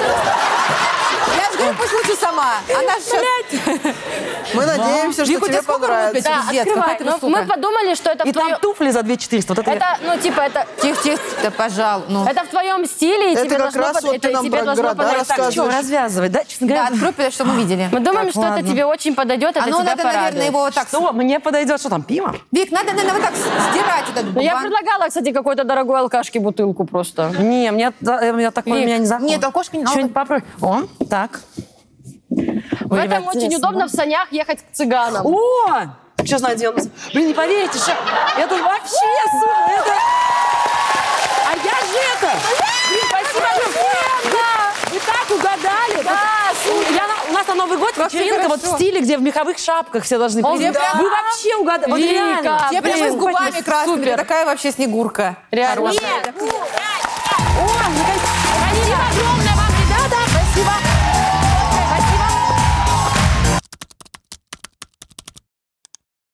Speaker 2: Я же говорю, пусть лучше сама. Она же сейчас...
Speaker 4: Мы надеемся, что
Speaker 2: Вику, тебе
Speaker 4: тебе
Speaker 2: сколько
Speaker 4: понравится.
Speaker 2: рублей?
Speaker 5: Да,
Speaker 2: Пиздец, какая
Speaker 5: открывай.
Speaker 2: ты
Speaker 5: Но
Speaker 2: сука.
Speaker 5: Ну, мы подумали, что это в
Speaker 1: И там
Speaker 5: твоем...
Speaker 1: туфли за 2400. Вот это... я-
Speaker 5: Это, ну, типа, это...
Speaker 2: Тихо, тихо, да, пожалуй. Ну.
Speaker 5: Это в твоем стиле, и
Speaker 4: Это
Speaker 5: тебе
Speaker 4: как
Speaker 5: должно
Speaker 4: раз
Speaker 5: под-
Speaker 4: вот ты
Speaker 5: и
Speaker 4: нам
Speaker 5: тебе
Speaker 4: про
Speaker 5: должно
Speaker 4: города
Speaker 5: понравиться.
Speaker 1: Чё,
Speaker 4: рассказываешь.
Speaker 1: развязывать, да? Честно
Speaker 2: Да,
Speaker 1: говоря,
Speaker 2: открой, потому что мы видели.
Speaker 5: Э, Мы думаем,
Speaker 2: Так,
Speaker 5: что
Speaker 2: ладно.
Speaker 5: это тебе очень подойдет, это
Speaker 2: А ну
Speaker 5: тебя
Speaker 2: надо, наверное,
Speaker 5: порадует.
Speaker 2: его вот так...
Speaker 1: что, мне подойдет? Что там, пиво?
Speaker 2: Вик, надо, наверное, вот так сдирать этот
Speaker 5: Ну, я
Speaker 2: бубан.
Speaker 5: предлагала, кстати, какой-то дорогой алкашке бутылку просто.
Speaker 1: Не, мне, да, э, мне такое
Speaker 5: Вик,
Speaker 1: меня не заходит.
Speaker 2: нет, окошко не надо.
Speaker 1: Что-нибудь попробуй. О, так.
Speaker 5: В этом очень
Speaker 2: ну.
Speaker 5: удобно в санях ехать к цыганам.
Speaker 1: О! Сейчас найдем. Блин, не поверите, что... Это вообще, сука, это... А я же это... Блин, спасибо огромное. Вы так угадали. Да, я на- У нас на Новый год вечеринка вот в стиле, где в меховых шапках все должны прийти.
Speaker 2: да.
Speaker 1: Вы вообще угадали. Вот
Speaker 5: Вика,
Speaker 1: реально.
Speaker 2: Я прямо с
Speaker 1: Блин,
Speaker 2: губами красными, такая вообще снегурка.
Speaker 5: Реально.
Speaker 2: Хорошая.
Speaker 6: Нет, ну,